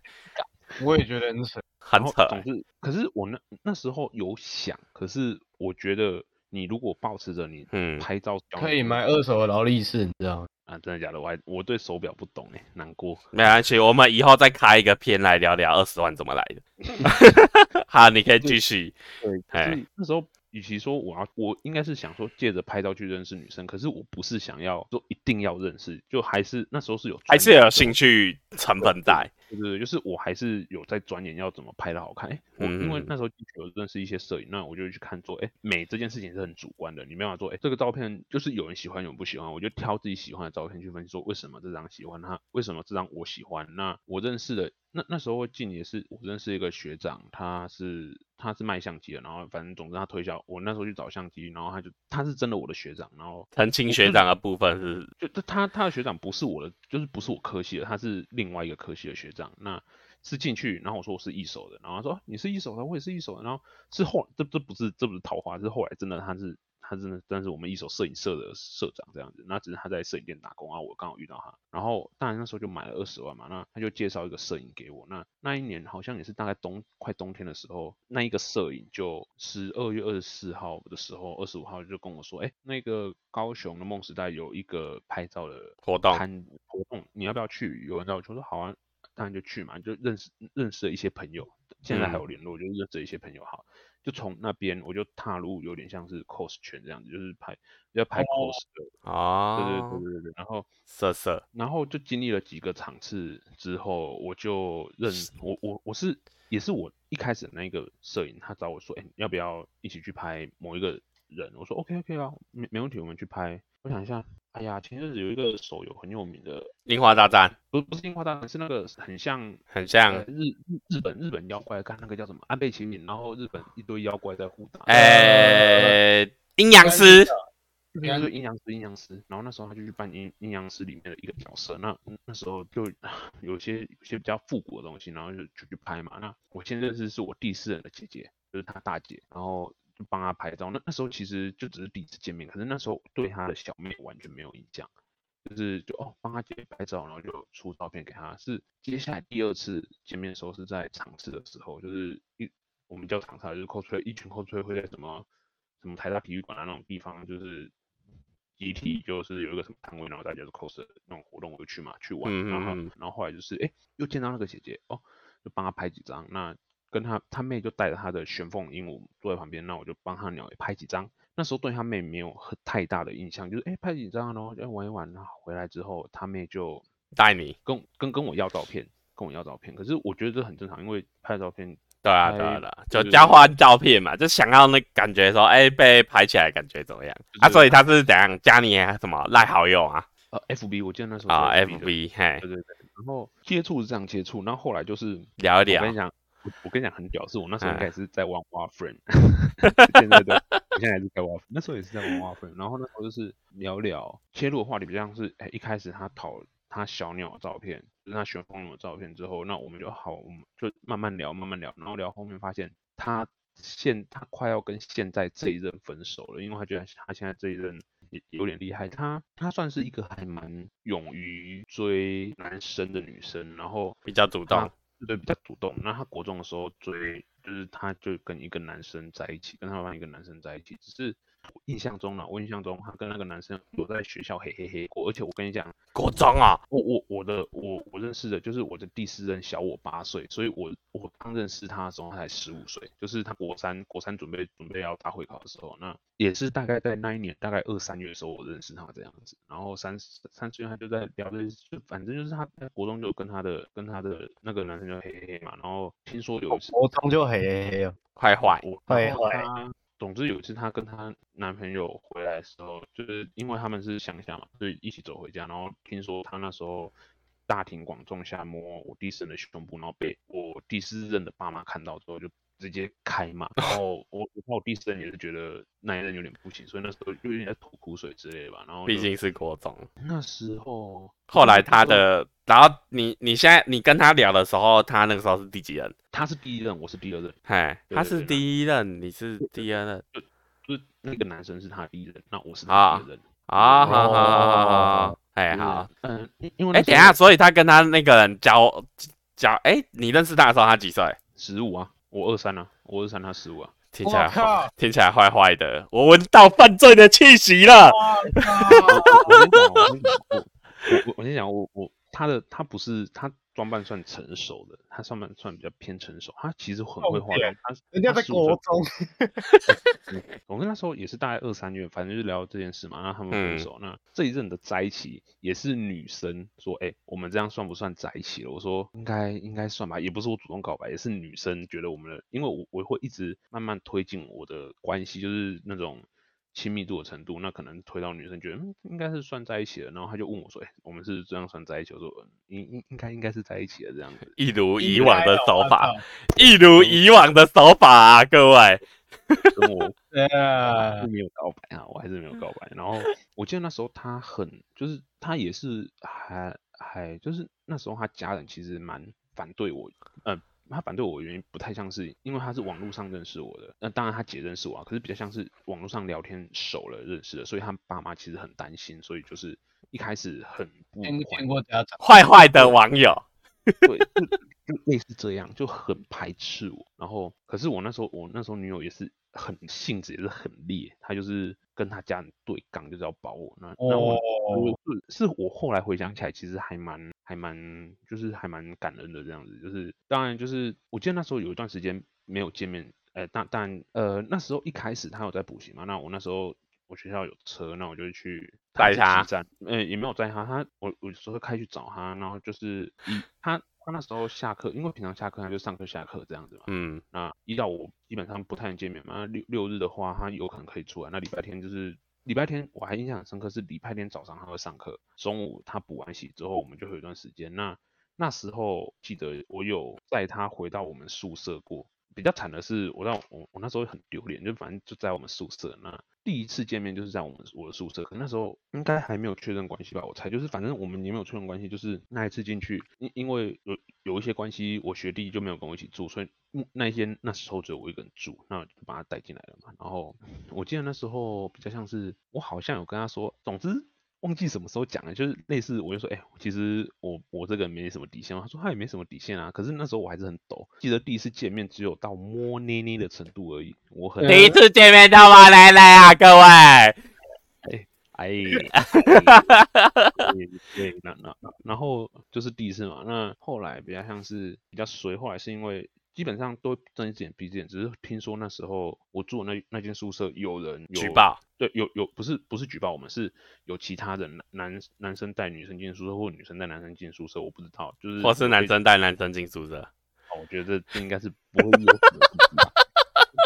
Speaker 3: 我也觉得很扯，哦
Speaker 1: 很
Speaker 2: 然后
Speaker 1: 扯、欸
Speaker 2: 总之，可是我那那时候有想，可是我觉得你如果保持着你
Speaker 1: 嗯
Speaker 2: 拍照交
Speaker 3: 可
Speaker 2: 流
Speaker 3: 以买二手的劳力士，你知道吗？
Speaker 2: 啊，真的假的？我还我对手表不懂哎、难过。
Speaker 1: 没关系，我们以后再开一个篇来聊聊二十万怎么来 的。好，你可以继续。
Speaker 2: 对，
Speaker 1: 哎
Speaker 2: 可是那时候与其说我要，我应该是想说借着拍照去认识女生，可是我不是想要说一定要认识，就还是那时候是有
Speaker 1: 还
Speaker 2: 钻
Speaker 1: 是
Speaker 2: 研
Speaker 1: 有
Speaker 2: 的
Speaker 1: 兴趣成分在，
Speaker 2: 对对对，就是我还是有在钻研要怎么拍的好看。哎，我因为
Speaker 1: 嗯
Speaker 2: 那时候进去有认识一些摄影，那我就去看说，哎，美这件事情是很主观的，你没办法说，哎，这个照片就是有人喜欢，有人不喜欢，我就挑自己喜欢的照片去分析，说为什么这张喜欢他，为什么这张我喜欢。那我认识的那那时候进也是我认识一个学长，他是他是卖相机的，然后反正总之他推销，我那时候去找相机，然后他就他是真的我的学长，然后
Speaker 1: 陈清学长的部分是
Speaker 2: 就他他他的学长不是我的，就是不是我科系的，他是另外一个科系的学长。那是进去，然后我说我是一手的，然后他说啊你是一手的，我也是一手的。然后是后这这不是这不是桃花，是后来真的他是他真的，但是我们一手摄影社的社长这样子。那只是他在摄影店打工啊，我刚好遇到他。然后当然那时候就买了二十万嘛，那他就介绍一个摄影给我。那那一年好像也是大概冬快冬天的时候，那一个摄影就十二月二十四号的时候，二十五号就跟我说，哎，那个高雄的梦时代有一个拍照的
Speaker 1: 活动
Speaker 2: 摊活动，你要不要去？有人找我，就说好啊，当然就去嘛，就认识认识了一些朋友。现在还
Speaker 1: 嗯
Speaker 2: 有联络，就是认识一些朋友好，就从那边我就踏入有点像是 cos 圈这样子，就是拍要拍 cos 的，对对
Speaker 1: 哦，
Speaker 2: 对对对，然后
Speaker 1: 色色，
Speaker 2: 然后就经历了几个场次之后，我就认我我我是也是我一开始的那一个摄影，他找我说，哎、要不要一起去拍某一个人？我说 OK OK 啊，没没问题，我们去拍。我想一下，哎呀，前阵子有一个手游很有名的，
Speaker 1: 樱花大战
Speaker 2: 不是不是樱花大战，是那个很像
Speaker 1: 很
Speaker 2: 呃
Speaker 1: 像，
Speaker 2: 日日日本日本妖怪，看那个叫什么安倍晴明，然后日本一堆妖怪在互打，
Speaker 1: 呃诶，哎阴阳师，
Speaker 2: 应该是阴阳师，阴阳师。然后那时候他就去扮阴阴阳师里面的一个角色。那那时候就 有些有些比较复古的东西，然后就就去拍嘛。那我先认识是我第四任的姐姐，就是她大姐，然后就帮她拍照。那那时候其实就只是第一次见面，可是那时候对她的小妹完全没有印象，就是就哦帮她姐姐拍照，然后就出照片给她。是接下来第二次见面的时候是在场次的时候，就是一我们叫场次啊，就是 cosplay 一群 cosplay 会在什么什么台大体育馆啊那种地方，就是集体就是有一个什么摊位，然后大家就 cos 的那种活动，我就去嘛去玩，
Speaker 1: 嗯嗯
Speaker 2: 然后
Speaker 1: 嗯
Speaker 2: 然后后来就是哎、诶又见到那个姐姐哦，就帮她拍几张，那跟她她妹就带着她的玄凤鹦鹉坐在旁边，那我就帮她鸟也拍几张。那时候对她妹没有很太大的印象，就是哎、诶拍几张，然后就玩一玩，然后回来之后她妹就
Speaker 1: 带你，
Speaker 2: 跟跟跟我要照片，跟我要照片。可是我觉得这很正常，因为拍照片
Speaker 1: 对啊
Speaker 2: 拍
Speaker 1: 对啊对啊，
Speaker 2: 就
Speaker 1: 就是交换照片嘛，就想要那感觉说，哎，被拍起来感觉怎么样
Speaker 2: 就
Speaker 1: 啊？
Speaker 2: 是
Speaker 1: 所以他是怎样加你什么赖好友啊？
Speaker 2: 呃 FB，我记得那时候是
Speaker 1: 啊
Speaker 2: 的
Speaker 1: ，FB，嘿
Speaker 2: 对，对对。然后接触是这样接触，然后后来就是
Speaker 1: 聊一
Speaker 2: 我跟
Speaker 1: 聊
Speaker 2: 你，讲，我我跟你讲很屌，是我那时候应
Speaker 1: 哎
Speaker 2: 该也是在玩 Warframe，现在的我现在还是在 Warframe，那时候也是在玩 Warframe，然后那时候就是聊聊切入的话题，比较像是哎、一开始他讨他小鸟的照片，就是他旋风鸟的照片之后，那我们就好，我们就慢慢聊慢慢聊，然后聊后面发现他现他快要跟现在这一任分手了，因为他觉得他现在这一任。也有点厉害，他他算是一个还蛮勇于追男生的女生，然后
Speaker 1: 比较主动
Speaker 2: 他，对，比较主动。那他国中的时候追，就是他就跟一个男生在一起，跟他班一个男生在一起。只是我印象中呢，我印象中他跟那个男生有在学校嘿嘿嘿过。而且我跟你讲，
Speaker 1: 国中哦，
Speaker 2: 我我我的我我认识的就是我的第四任小我八岁，所以我我刚认识他的时候他才十五岁，就是他国三国三准备准备要大会考的时候，那也是大概在那一年大概二三月的时候我认识他这样子，然后三三岁他就在聊这些，就反正就是他在国中就跟他的跟他的那个男生就嘿嘿嘿嘛，然后听说有一次
Speaker 3: 国中就黑黑黑了，
Speaker 1: 坏坏，
Speaker 2: 我
Speaker 3: 会
Speaker 2: 然后
Speaker 3: 会
Speaker 2: 她总之有一次她跟她男朋友回来的时候，就是因为他们是乡下嘛，所以一起走回家。然后听说她那时候大庭广众下摸我第四任的胸部，然后被我第四任的爸妈看到之后就。直接开骂， 然后我我看我第四任也是觉得那一任有点不行，所以那时候就有点在吐苦水之类的吧。然后
Speaker 1: 毕
Speaker 2: 就
Speaker 1: 竟是国中。
Speaker 2: 那时候，
Speaker 1: 后来他
Speaker 2: 那时候
Speaker 1: 的，然后你你现在你跟他聊的时候，他那个时候是第几任？
Speaker 2: 他是第一任，我是第二任，
Speaker 1: 嘿，
Speaker 2: 对
Speaker 1: 他
Speaker 2: 对
Speaker 1: 是
Speaker 2: 对
Speaker 1: 第一任，你是第二任
Speaker 2: 就是那个男生是他的第一任，那我是
Speaker 1: 啊
Speaker 2: 他的第二任。
Speaker 1: 啊，好好好好好好，哎
Speaker 2: 就是
Speaker 1: 好，，
Speaker 2: 嗯，因因为
Speaker 1: 哎等一下，所以他跟他那个人交交，哎你认识他的时候他几岁？
Speaker 2: 十五啊，我二三啊，我二三，他十五 啊，
Speaker 1: 听起来
Speaker 3: 我靠
Speaker 1: 听起来坏坏的，我闻到犯罪的气息了。
Speaker 2: 我先讲，我先讲，我我我先讲，哦我我他的他不是他装扮算成熟的，他上半算比较偏成熟，他其实很会化妆，他
Speaker 3: 人家在国中，
Speaker 2: 我跟那时候也是大概二三月，反正就聊这件事嘛，然后他们
Speaker 1: 嗯
Speaker 2: 分手。那这一任的在一起也是女生说，哎、我们这样算不算在一起了？我说应该应该算吧，也不是我主动告白，也是女生觉得我们的，因为我我会一直慢慢推进我的关系，就是那种。亲密度的程度，那可能推到女生觉得嗯应该是算在一起了，然后他就问我说：“哎、我们是这样算在一起？”我说：“嗯应应应该应该是在一起了这样子。
Speaker 1: 一如以
Speaker 3: 应该
Speaker 1: 往的
Speaker 3: 啊
Speaker 1: 手
Speaker 3: 我
Speaker 1: 法
Speaker 3: 操，
Speaker 2: 哦
Speaker 1: 一如以往的手法啊，各位，”
Speaker 2: 跟我
Speaker 3: 对
Speaker 2: 我还
Speaker 3: 啊
Speaker 2: 是，没有告白啊，我还是没有告白。然后我记得那时候他很，就是他也是还还就是那时候他家人其实蛮反对我，呃，他反对我的原因不太像是因为他是网络上认识我的，那、当然他姐认识我啊，可是比较像是网络上聊天熟了认识的，所以他爸妈其实很担心，所以就是一开始很不
Speaker 3: 见
Speaker 2: 欢
Speaker 3: 见过家长，
Speaker 1: 坏坏的网友，
Speaker 2: 对，就就类似这样，就很排斥我。然后，可是我那时候，我那时候女友也是很性子也是很烈，她就是跟她家人对刚，就是要保我。那那我、
Speaker 3: 哦
Speaker 2: 我是是我后来回想起来，其实还蛮还蛮就是还蛮感恩的这样子。就是当然就是我记得那时候有一段时间没有见面，呃，但但呃那时候一开始他有在补习嘛，那我那时候。我学校有车，那我就去
Speaker 1: 载
Speaker 2: 去
Speaker 1: 他
Speaker 2: 基站，呃，也没有载他，他我我有时候开去找他，然后就是以他他那时候下课，因为平常下课他就上课下课这样子嘛，
Speaker 1: 嗯，
Speaker 2: 那一到五基本上不太能见面嘛。那六六日的话，他有可能可以出来。那礼拜天就是礼拜天，我还印象很深刻是礼拜天早上他会上课，中午他补完习之后，我们就会有一段时间。那那时候记得我有带他回到我们宿舍过。比较惨的是，我让我我那时候很丢脸，就反正就在我们宿舍。那第一次见面就是在我们我的宿舍，可那时候应该还没有确认关系吧，我猜就是反正我们也没有确认关系，就是那一次进去，因因为有有一些关系，我学弟就没有跟我一起住，所以嗯那一些那时候只有我一个人住，那我就把他带进来了嘛。然后我记得那时候比较像是我好像有跟他说，总之忘记什么时候讲了，就是类似我就说，哎、其实我我这个人没什么底线嘛，他说他也没什么底线啊，可是那时候我还是很抖，记得第一次见面只有到摸捏捏的程度而已，我很
Speaker 1: 第一次见面到吗？来来啊，各位，
Speaker 2: 哎，哎对对，那那那然后就是第一次嘛，那后来比较像是比较随，后来是因为基本上都睁一只眼闭一只眼，只是听说那时候我住的那那间宿舍有人有
Speaker 1: 举，报，
Speaker 2: 对，有有不是不是举报我们，是有其他人男男生带女生进宿舍，或者女生带男生进宿舍，我不知道，就是
Speaker 1: 或是
Speaker 2: 有
Speaker 1: 男
Speaker 2: 被
Speaker 1: 生带男生进宿舍。
Speaker 2: 我觉得这应该是不会有什么事情 吧，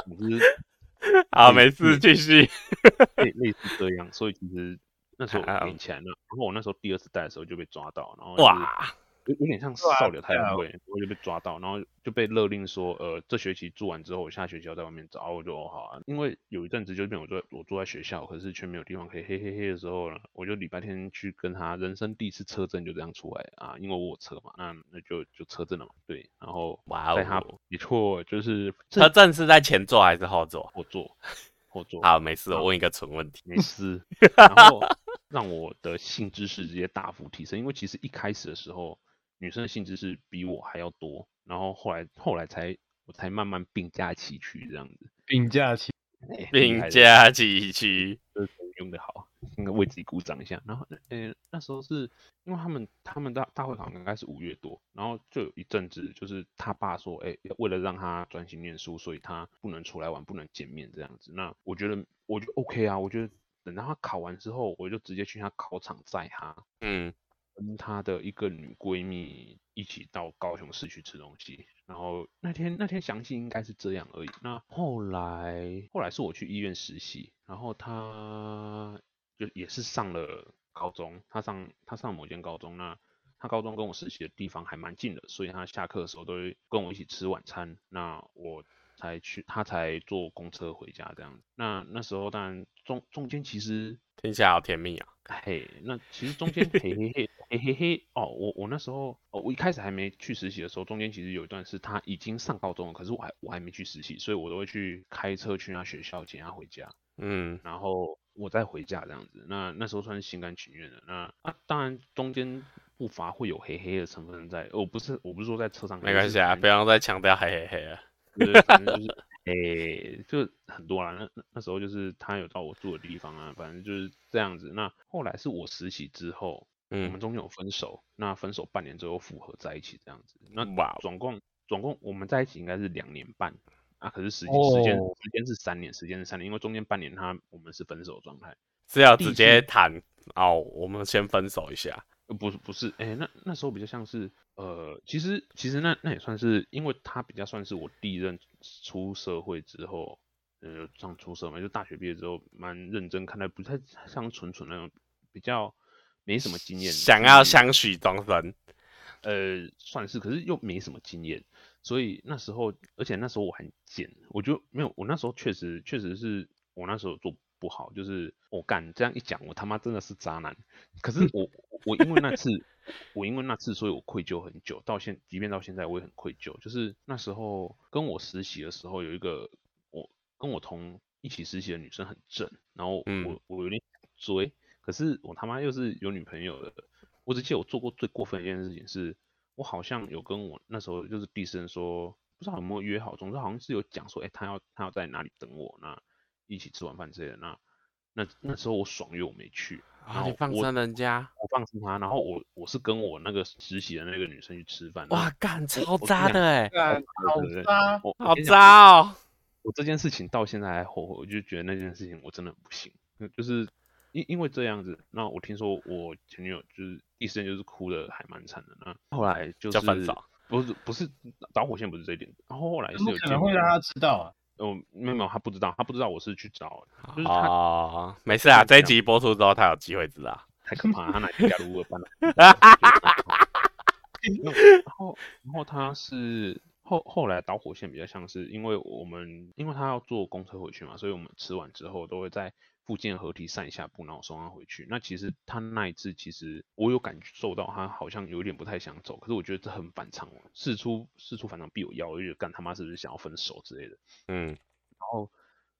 Speaker 2: 总之
Speaker 1: 好，
Speaker 2: 嗯
Speaker 1: 没事，
Speaker 2: 嗯
Speaker 1: 继续。
Speaker 2: 类类似这样，所以其实那时候
Speaker 1: 啊
Speaker 2: 我领钱了，然后我那时候第二次带的时候就被抓到，然后就是
Speaker 1: 哇，
Speaker 2: 有有点像
Speaker 3: 对啊
Speaker 2: 少流太
Speaker 3: 对啊
Speaker 2: 阳会，我就被抓到，欸然后就被勒令说，呃，这学期做完之后，我下学期要在外面找，啊我就哦好啊，因为有一阵子就变我住在我住在学校，可是却没有地方可以嘿嘿嘿的时候呢，我就礼拜天去跟他人生第一次车震就这样出来啊，因为我有车嘛，那那就就车震了嘛，对，然后
Speaker 1: 哇哦
Speaker 2: 带他没错，就是
Speaker 1: 车震是在前座还是后座？
Speaker 2: 后座后座
Speaker 1: 好，没事，
Speaker 2: 好
Speaker 1: 我问一个蠢问题。
Speaker 2: 没事，然后让我的性知识直接大幅提升，因为其实一开始的时候，女生的性知识比我还要多，然后后来后来才我才慢慢并驾齐驱这样子，
Speaker 3: 并驾齐
Speaker 2: 哎厉害
Speaker 1: 并
Speaker 2: 了
Speaker 1: 驾齐驱，
Speaker 2: 就是用的好，应该为自己鼓掌一下。然后，呃，那时候是因为他们他们大大会考应该是五月多，然后就有一阵子就是他爸说，哎、为了让他专心念书，所以他不能出来玩，不能见面这样子。那我觉得我就 OK 啊，我觉得等到他考完之后，我就直接去他考场载他，
Speaker 1: 嗯，
Speaker 2: 跟她的一个女闺蜜一起到高雄市去吃东西，然后那天那天详细应该是这样而已。那后来后来是我去医院实习，然后她就也是上了高中，她上她上某间高中，那她高中跟我实习的地方还蛮近的，所以她下课的时候都会跟我一起吃晚餐。那我才去，她才坐公车回家这样子。那那时候当然中中间其实
Speaker 1: 听起来好甜蜜啊。
Speaker 2: 嘿，那其实中 间嘿嘿嘿嘿嘿嘿哦，我我那时候哦，我一开始还没去实习的时候，中间其实有一段是他已经上高中了，可是我还我还没去实习，所以我都会去开车去他学校接他回家，
Speaker 1: 嗯，
Speaker 2: 然后我再回家这样子。那那时候算是心甘情愿的。那啊，当然中间不乏会有嘿嘿的成分在，哦，不是我不是说在车上嘿，
Speaker 1: 没关系啊，不
Speaker 2: 要。
Speaker 1: 用再强调嘿嘿嘿了。
Speaker 2: 就是反正 就是诶、就很多啦。那那那时候就是他有到我住的地方啊，反正就是这样子。那后来是我实习之后，我们
Speaker 1: 嗯，
Speaker 2: 中间有分手，那分手半年之后复合在一起这样子。那
Speaker 1: 哇哦，
Speaker 2: 总共总共我们在一起应该是两年半啊，可是实际时间
Speaker 3: 哦
Speaker 2: 时间是三年，时间是三年，因为中间半年他我们是分手状态。
Speaker 1: 是要
Speaker 2: 第
Speaker 1: 直
Speaker 2: 一
Speaker 1: 接
Speaker 2: 次
Speaker 1: 谈哦。我们先分手一下。
Speaker 2: 呃，不是不是，哎、那那时候比较像是，呃，其实其实那那也算是，因为他比较算是我第一任出社会之后，呃，上出社会就大学毕业之后，蛮认真看待，不太像纯纯那种比较没什么经验，
Speaker 1: 想
Speaker 2: 所
Speaker 1: 要
Speaker 2: 以
Speaker 1: 相许终身。
Speaker 2: 呃，算是，可是又没什么经验，所以那时候，而且那时候我很贱，我就没有，我那时候确实确实是我那时候做不好，就是我敢这样一讲，我他妈真的是渣男。可是我我因为那次，我因为那次，所以我愧疚很久，到现即便到现在我也很愧疚。就是那时候跟我实习的时候，有一个我跟我同一起实习的女生很正，然后我、
Speaker 1: 嗯
Speaker 2: 我有点想追，可是我他妈又是有女朋友的。我只记得我做过最过分的一件事情是，我好像有跟我那时候就是第四人说，不知道有没有约好，总之好像是有讲说，哎、他要他要在哪里等我，那一起吃晚饭之类的。那那那时候我爽约我没去，然
Speaker 1: 啊，
Speaker 2: 后
Speaker 1: 你放
Speaker 2: 我
Speaker 1: 生人家，
Speaker 2: 我放生他，然后我我是跟我那个实习的那个女生去吃饭，
Speaker 1: 哇，干超渣
Speaker 2: 跟你
Speaker 1: 的哎、
Speaker 3: 干好
Speaker 2: 对对对
Speaker 3: 渣，
Speaker 2: 我
Speaker 1: 好！
Speaker 2: 我跟你讲
Speaker 1: 渣哦、
Speaker 2: 我这件事情到现在还后悔，我就觉得那件事情我真的不行，就是因因为这样子，那我听说我前女友就是一时间就是哭的还蛮惨的，那后来就是
Speaker 1: 叫分手
Speaker 2: 不是不是导火线不是这一点，然后后来
Speaker 3: 怎
Speaker 2: 是
Speaker 3: 么
Speaker 2: 有
Speaker 3: 可
Speaker 2: 见
Speaker 3: 能会
Speaker 2: 面
Speaker 3: 让他知道啊？
Speaker 2: 哦，没有没有，他不知道，他不知道我是去找，就是他
Speaker 1: 哦，没事啊，
Speaker 2: 就是
Speaker 1: 这一
Speaker 2: 这样
Speaker 1: 集播出之后他有机会知道。
Speaker 2: 太可怕了，他哪天加入乌尔班了？然后，然后他是后后来导火线比较像是，因为我们因为他要坐公车回去嘛，所以我们吃完之后都会在附近的河堤散一下步，然后送他回去。那其实他那一次，其实我有感受到他好像有点不太想走，可是我觉得这很反常哦，事出事出反常必有妖，我就觉得干他妈是不是想要分手之类的。
Speaker 1: 嗯，
Speaker 2: 然后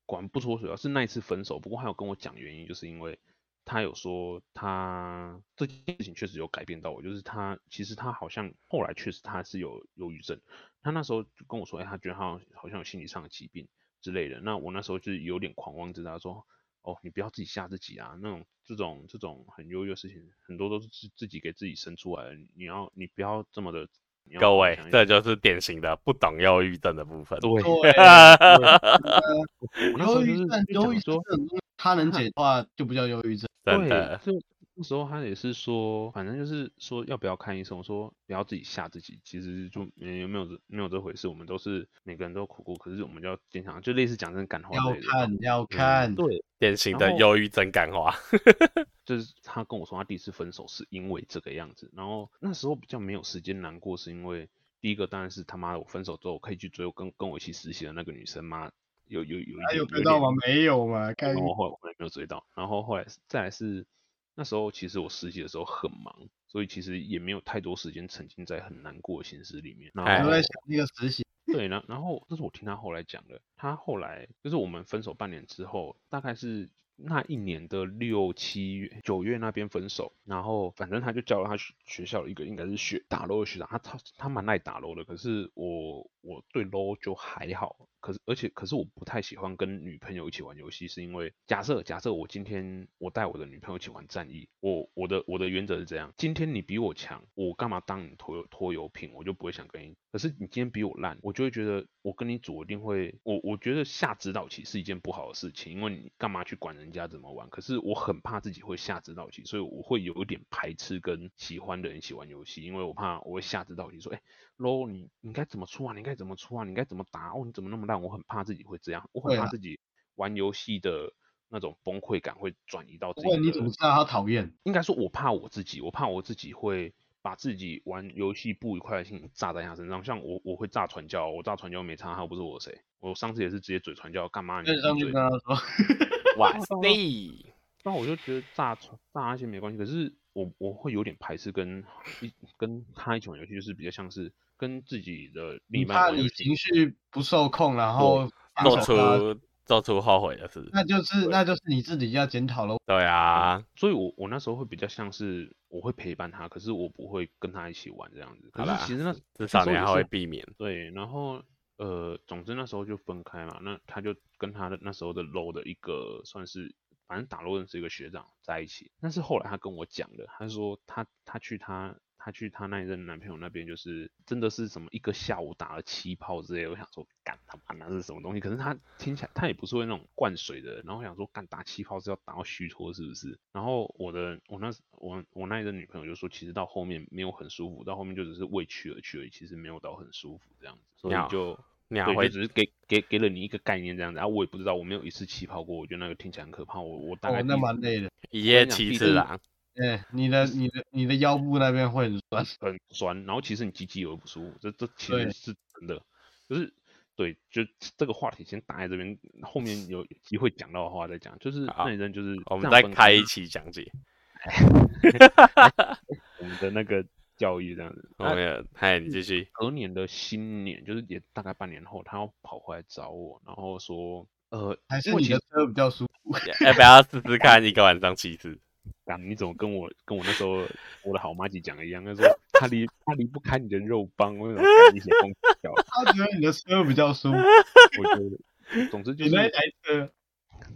Speaker 2: 果然不出我所料，是那一次分手。不过他有跟我讲原因，就是因为他有说他这件事情确实有改变到我，就是他其实他好像后来确实他是有忧郁症，他那时候就跟我说，哎，他觉得他好像好像有心理上的疾病之类的。那我那时候就是有点狂妄自大，说哦，你不要自己吓自己啊，那种这种这种很优越的事情，很多都是自自己给自己生出来的，你要你不要这么的。你要
Speaker 1: 各
Speaker 2: 多
Speaker 1: 位
Speaker 2: 想，一
Speaker 1: 这
Speaker 2: 想
Speaker 1: 就是典型的不懂忧郁症的部分。
Speaker 2: 对， 我
Speaker 3: 对，
Speaker 2: 那时候
Speaker 3: 忧
Speaker 2: 就
Speaker 3: 郁
Speaker 2: 是
Speaker 3: 症，
Speaker 2: 就
Speaker 3: 忧
Speaker 2: 讲
Speaker 3: 郁症
Speaker 2: 说，
Speaker 3: 这种东西他能解的话就不叫忧郁 症。
Speaker 1: 真
Speaker 2: 对
Speaker 1: 的，
Speaker 2: 就那时候他也是说，反正就是说要不要看医生，我说不要自己吓自己，其实就没有没有这没有这回事，我们都是每个人都苦过，可是我们就要坚强，就类似讲这种感化之
Speaker 3: 要
Speaker 2: 类的话。
Speaker 3: 看要
Speaker 2: 嗯
Speaker 3: 看，
Speaker 2: 对，
Speaker 1: 典型
Speaker 2: 然
Speaker 1: 的
Speaker 2: 后
Speaker 1: 忧郁症感化。
Speaker 2: 就是他跟我说他第一次分手是因为这个样子，然后那时候比较没有时间难过，是因为第一个当然是他妈的我分手之后我可以去追我跟跟我一起实习的那个女生嘛，有有有一
Speaker 3: 还
Speaker 2: 点
Speaker 3: 有
Speaker 2: 有
Speaker 3: 看到
Speaker 2: 点哦
Speaker 3: 吗？没有嘛，看
Speaker 2: 然后后来我也没有追到，然后后来是再来是那时候其实我实习的时候很忙，所以其实也没有太多时间沉浸在很难过的心思里面。
Speaker 1: 哎
Speaker 2: 然
Speaker 3: 我
Speaker 2: 后
Speaker 3: 在想那个实习
Speaker 2: 对，然然后这是我听他后来讲的，他后来就是我们分手半年之后，大概是。那一年的六七月、九月那边分手，然后反正他就叫了他学学校的一个应该是学打楼的学长，他他他蛮爱打楼的，可是我我对楼就还好，可是而且可是我不太喜欢跟女朋友一起玩游戏，是因为假设假设我今天我带我的女朋友一起玩战役，我我的我的原则是这样，今天你比我强，我干嘛当你拖油拖油瓶，我就不会想跟你。可是你今天比我烂，我就会觉得我跟你组一定会，我我觉得下指导棋是一件不好的事情，因为你干嘛去管人家怎么玩？可是我很怕自己会下指导棋，所以我会有一点排斥跟喜欢的人一起玩游戏，因为我怕我会下指导棋说，哎、喽，你你应该怎么出啊？你应该怎么出啊？你应该怎么打？哦，你怎么那么烂？我很怕自己会这样，我很
Speaker 3: 对啊
Speaker 2: 怕
Speaker 3: 啦
Speaker 2: 自己玩游戏的那种崩溃感会转移到自己的。
Speaker 3: 问你怎么知道他讨厌？
Speaker 2: 应该说，我怕我自己，我怕我自己会把自己玩游戏不愉快的心情炸在他身上。像我，我会炸传教，我炸传教没差，他又不是我谁。我上次也是直接嘴传教，干嘛你
Speaker 3: 跟上
Speaker 2: 闭
Speaker 3: 去
Speaker 2: 嘴
Speaker 3: 跟他说，
Speaker 1: 哇
Speaker 2: 到
Speaker 1: 塞！
Speaker 2: 那我就觉得炸出炸那些没关系，可是我我会有点排斥跟一跟他一起玩游戏，就是比较像是跟自己的另一
Speaker 3: 你
Speaker 2: 半
Speaker 3: 怕
Speaker 2: 玩游
Speaker 3: 你
Speaker 2: 戏
Speaker 3: 情。绪不受控，然后放
Speaker 1: 做
Speaker 3: 手他
Speaker 1: 出做出后悔的事。
Speaker 3: 那就是那就是你自己要检讨了。
Speaker 1: 对啊，
Speaker 2: 所以我我那时候会比较像是我会陪伴他，可是我不会跟他一起玩这样子。可啊
Speaker 1: 好
Speaker 2: 是
Speaker 1: 啦
Speaker 2: 其实那
Speaker 1: 至少
Speaker 2: 时
Speaker 1: 你
Speaker 2: 候也
Speaker 1: 还
Speaker 2: 是
Speaker 1: 会避免。
Speaker 2: 对，然后呃，总之那时候就分开嘛，那他就跟他的那时候的 low 的一个算是，反正打 low 认识一个学长在一起，但是后来他跟我讲的，他说他他去他他去他那一任男朋友那边，就是真的是什么一个下午打了七炮之类的，我想说干他妈那是什么东西？可是他听起来他也不是会那种灌水的人，然后我想说干打气泡是要打到虚脱是不是？然后我的我那时我我那一个女朋友就说，其实到后面没有很舒服，到后面就只是为去而去而已，其实没有到很舒服这样子，所以
Speaker 1: 鸟
Speaker 2: 就。
Speaker 1: 你还
Speaker 2: 对，
Speaker 1: 会
Speaker 2: 就只是给给给了你一个概念这样子，啊，我也不知道，我没有一次气泡过，我觉得那个听起来很可怕，我我大概
Speaker 3: 哦，
Speaker 2: 第
Speaker 3: 那
Speaker 2: 一次
Speaker 3: 蛮累的。
Speaker 1: 一夜
Speaker 2: 跟你讲
Speaker 1: 七
Speaker 2: 毕
Speaker 1: 次
Speaker 2: 竟
Speaker 1: 郎。
Speaker 3: 哎，你的你的你的腰部那边会很酸。
Speaker 2: 很酸，然后其实你鸡鸡也会不舒服，这这其
Speaker 3: 对
Speaker 2: 实是真的，就是对，就这个话题先打在这边，后面有机会讲到的话再讲。就是
Speaker 1: 好
Speaker 2: 那一阵就是
Speaker 1: 我们
Speaker 2: 这样
Speaker 1: 再
Speaker 2: 分
Speaker 1: 开
Speaker 2: 开
Speaker 1: 一期讲解。
Speaker 2: 我们的那个教育这样子。
Speaker 1: 我
Speaker 2: 那
Speaker 1: 们有，嗨，你继续。
Speaker 2: 隔年的新年，就是也大概半年后，他要跑回来找我，然后说，呃，
Speaker 3: 还是
Speaker 2: 我
Speaker 3: 你
Speaker 2: 其
Speaker 3: 的
Speaker 2: 实
Speaker 3: 车比较舒服？
Speaker 2: 嗯
Speaker 1: 要不要试试看一个晚上七次？
Speaker 2: 啊你怎么跟我跟我那时候我的好妈姐讲的一样？她说她离她离不开你的肉棒，我想赶紧疯掉。
Speaker 3: 他觉得你的车比较 舒服，
Speaker 2: 啊我觉得，总之就
Speaker 3: 你
Speaker 2: 是
Speaker 3: 那一台车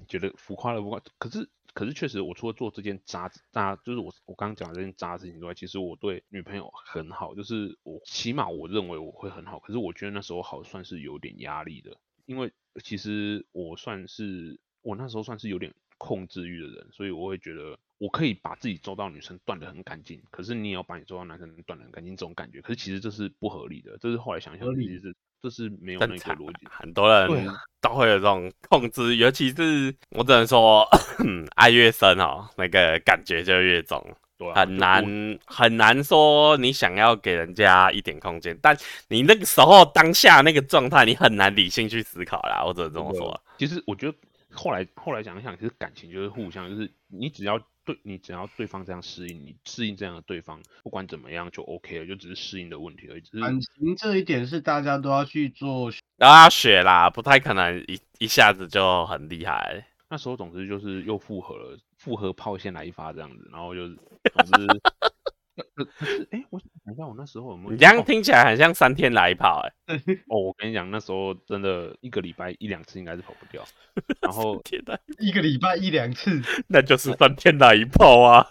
Speaker 2: 觉得浮夸了浮夸。可是可是确实，我除了做这件渣渣，就是我我刚刚讲的这件渣事情之外，其实我对女朋友很好，就是我起码我认为我会很好。可是我觉得那时候好算是有点压力的，因为其实我算是我那时候算是有点控制欲的人，所以我会觉得我可以把自己周到女生断得很干净，可是你也要把你周到男生断得很干净，这种感觉，可是其实这是不合理的，这是后来想想
Speaker 3: 合，理
Speaker 2: 其实是这是没有那
Speaker 1: 正
Speaker 2: 个
Speaker 1: 常
Speaker 2: 逻辑的。
Speaker 1: 很多人
Speaker 2: 啊
Speaker 1: 都会有这种控制，尤其是我只能说， 爱越深哦，那个感觉就越重。
Speaker 2: 对啊，
Speaker 1: 很
Speaker 2: 就
Speaker 1: 难
Speaker 2: 我
Speaker 1: 很难说你想要给人家一点空间，但你那个时候当下那个状态，你很难理性去思考啦。我只能这么说。
Speaker 2: 其实我觉得后来后来想一想，其实感情就是互相，就是你只要对你只要对方这样适应，你适应这样的对方，不管怎么样就 OK 了，就只是适应的问题而已。只是
Speaker 3: 感情这一点是大家都要去做
Speaker 1: 然后要学啦，不太可能一一下子就很厉害。
Speaker 2: 那时候总之就是又复合了，复合炮先来一发这样子，然后就是总之，可可是哎、我想一下，我那时候有没有
Speaker 1: 你这样
Speaker 2: 哦
Speaker 1: 听起来很像三天来一炮、欸，
Speaker 2: 哦？我跟你讲，那时候真的一个礼拜一两次应该是跑 不掉。然后
Speaker 1: 天哪，
Speaker 3: 一个礼拜一两次，
Speaker 1: 那就是三天来一炮啊！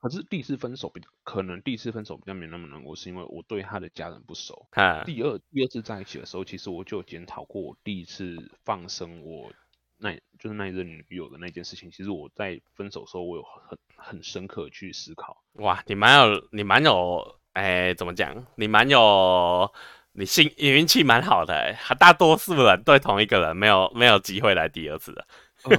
Speaker 2: 可是第一次分手比较可能第一次分手比较没那么难过，是因为我对他的家人不熟。
Speaker 1: 哈，
Speaker 2: 第二第二次在一起的时候，其实我就有检讨过我第一次放生我那就是那一任女友的那件事情。其实我在分手的时候，我有很很深刻地去思考。
Speaker 1: 哇，你蛮有，你蛮有，哎、怎么讲？你蛮有，你幸你运气蛮好的、欸，大多数人对同一个人没有没有机会来第二次的。
Speaker 2: 呃，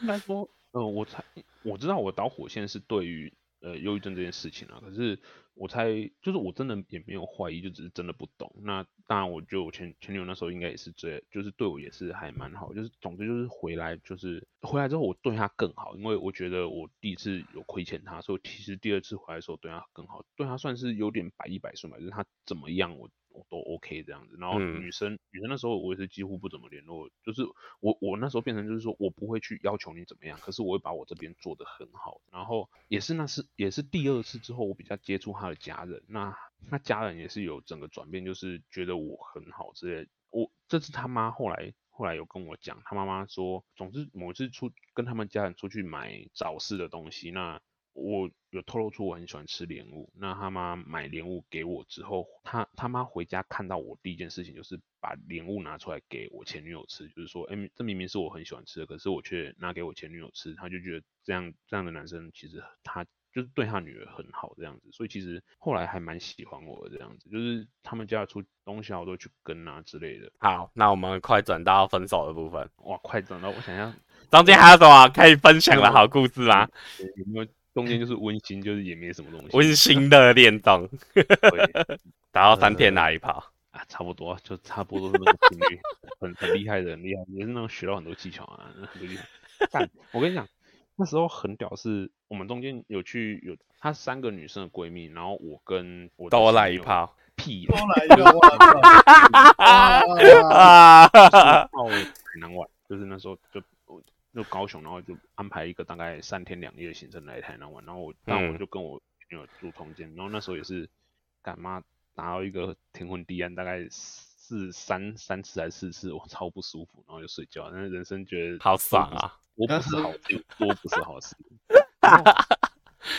Speaker 2: 应该说，呃，我才我知道我的导火线是对于呃忧郁症这件事情啊，可是我猜就是我真的也没有怀疑，就只是真的不懂。那当然，我觉得我前前女友那时候应该也是这，就是对我也是还蛮好，就是总之就是回来就是回来之后我对她更好，因为我觉得我第一次有亏欠她，所以其实第二次回来的时候对她更好，对她算是有点百依百顺吧，就是她怎么样我。我都 OK 这样子，然后
Speaker 1: 嗯
Speaker 2: 女生、女生那时候我也是几乎不怎么联络，就是我我那时候变成就是说我不会去要求你怎么样，可是我会把我这边做得很好。然后也是那是也是第二次之后，我比较接触他的家人，那那家人也是有整个转变，就是觉得我很好之类的。我这是他妈后来后来有跟我讲，他妈妈说，总之某一次出跟他们家人出去买早市的东西，那我有透露出我很喜欢吃莲雾，那他妈买莲雾给我之后，他他妈回家看到我第一件事情就是把莲雾拿出来给我前女友吃，就是说，哎、这明明是我很喜欢吃的，可是我却拿给我前女友吃，他就觉得这样这样的男生其实他就是对他女儿很好这样子，所以其实后来还蛮喜欢我的这样子，就是他们家出东西啊我都会去跟啊之类的。
Speaker 1: 好，那我们快转到分手的部分，
Speaker 2: 哇，快转到我想要
Speaker 1: 中间还有什么可以分享的好故事吗？
Speaker 2: 有没有中间就是温馨，就是也没什么东西，
Speaker 1: 温馨的恋综，
Speaker 2: 对
Speaker 1: 然后三天来一炮，
Speaker 2: 啊，差不多就差不多是那种频率，很很厉害的，很厉害，也是那种学到很多技巧啊，很多技巧。但我跟你讲，那时候很屌是，我们中间有去有她三个女生的闺蜜，然后我跟我的
Speaker 1: 多
Speaker 2: 前
Speaker 1: 来
Speaker 2: 女
Speaker 1: 一
Speaker 2: 友
Speaker 1: 炮
Speaker 2: 屁
Speaker 3: 多来一个哇！
Speaker 1: 啊！
Speaker 2: 到台南玩，就是那时候就就高雄，然后就安排一个大概三天两夜的行程来台南玩，然后我但我
Speaker 1: 嗯
Speaker 2: 就跟我女友住同间，然后那时候也是干妈达到一个天昏地暗，大概四三三次还是四次，我超不舒服，然后就睡觉，但是人生觉得
Speaker 1: 好
Speaker 2: 多
Speaker 1: 爽
Speaker 2: 不是！
Speaker 1: 啊！
Speaker 2: 多不是好事，多不是 好事。然后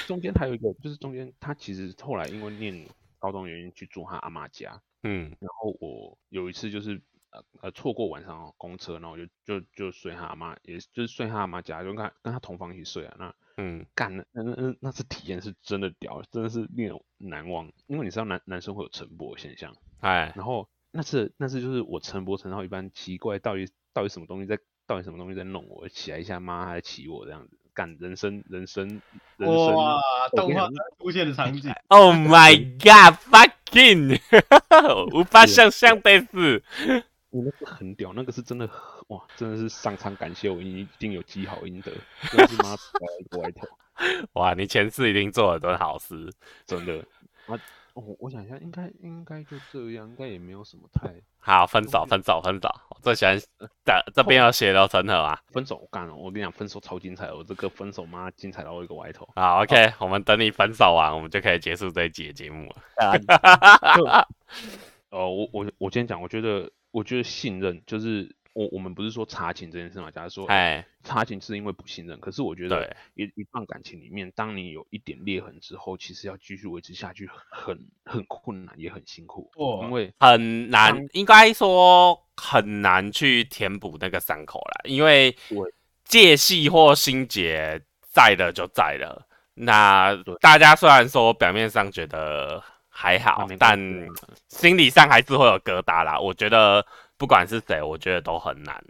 Speaker 2: 中间还有一个，就是中间他其实后来因为念高中的原因去住他阿妈家，
Speaker 1: 嗯，
Speaker 2: 然后我有一次就是呃呃错过晚上哦公车，然后我就就就睡他阿妈，也是就是睡他阿妈家，就跟他跟他同房一起睡啊。那
Speaker 1: 嗯，
Speaker 2: 干那那那那次体验是真的屌，真的是令人难忘。因为你知道男男生会有晨勃的现象，
Speaker 1: 哎，
Speaker 2: 然后那次那次就是我晨勃晨到一般，奇怪到底到底什么东西在到底什么东西在弄我，起来一下妈还在骑我这样子，干人生人生人生。
Speaker 3: 哇，
Speaker 2: 我跟
Speaker 3: 动
Speaker 2: 你
Speaker 3: 画
Speaker 2: 讲
Speaker 3: 才出现的场景，
Speaker 1: Oh my god, fucking！无法想象的是，
Speaker 2: 我那个很屌，那个是真的很，哇，真的是上苍感谢我，一定有积好阴德，真的是妈甩了一个歪头，
Speaker 1: 哇，你前世一定做了很多好事。
Speaker 2: 真的。啊，我我想一下，应该应该就这样，应该也没有什么太
Speaker 1: 好，分手，分手，分手！我最喜欢这这边有血流成河啊。
Speaker 2: 分手。我干了，我跟你讲，分手超精彩的，我这个分手妈精彩到一个歪头。
Speaker 1: 好，OK，我们等你分手完，我们就可以结束这一集的节目了。
Speaker 2: 哦，我我我今天讲，我觉得我觉得信任就是我我们不是说查寝这件事嘛，假如说
Speaker 1: 哎，
Speaker 2: 查寝是因为不信任，可是我觉
Speaker 1: 对
Speaker 2: 得一一段感情里面，当你有一点裂痕之后，其实要继续维持下去很很困难，也很辛苦，
Speaker 3: 错
Speaker 2: 因为
Speaker 1: 很难，应该说很难去填补那个伤口啦，因为
Speaker 2: 对
Speaker 1: 界系或心结在了就在了。那
Speaker 2: 对
Speaker 1: 大家虽然说表面上觉得还
Speaker 2: 那
Speaker 1: 好
Speaker 2: 没，关
Speaker 1: 但
Speaker 2: 系啊
Speaker 1: 心理上还是会有疙瘩啦。我觉得不管是谁，我觉得都很难。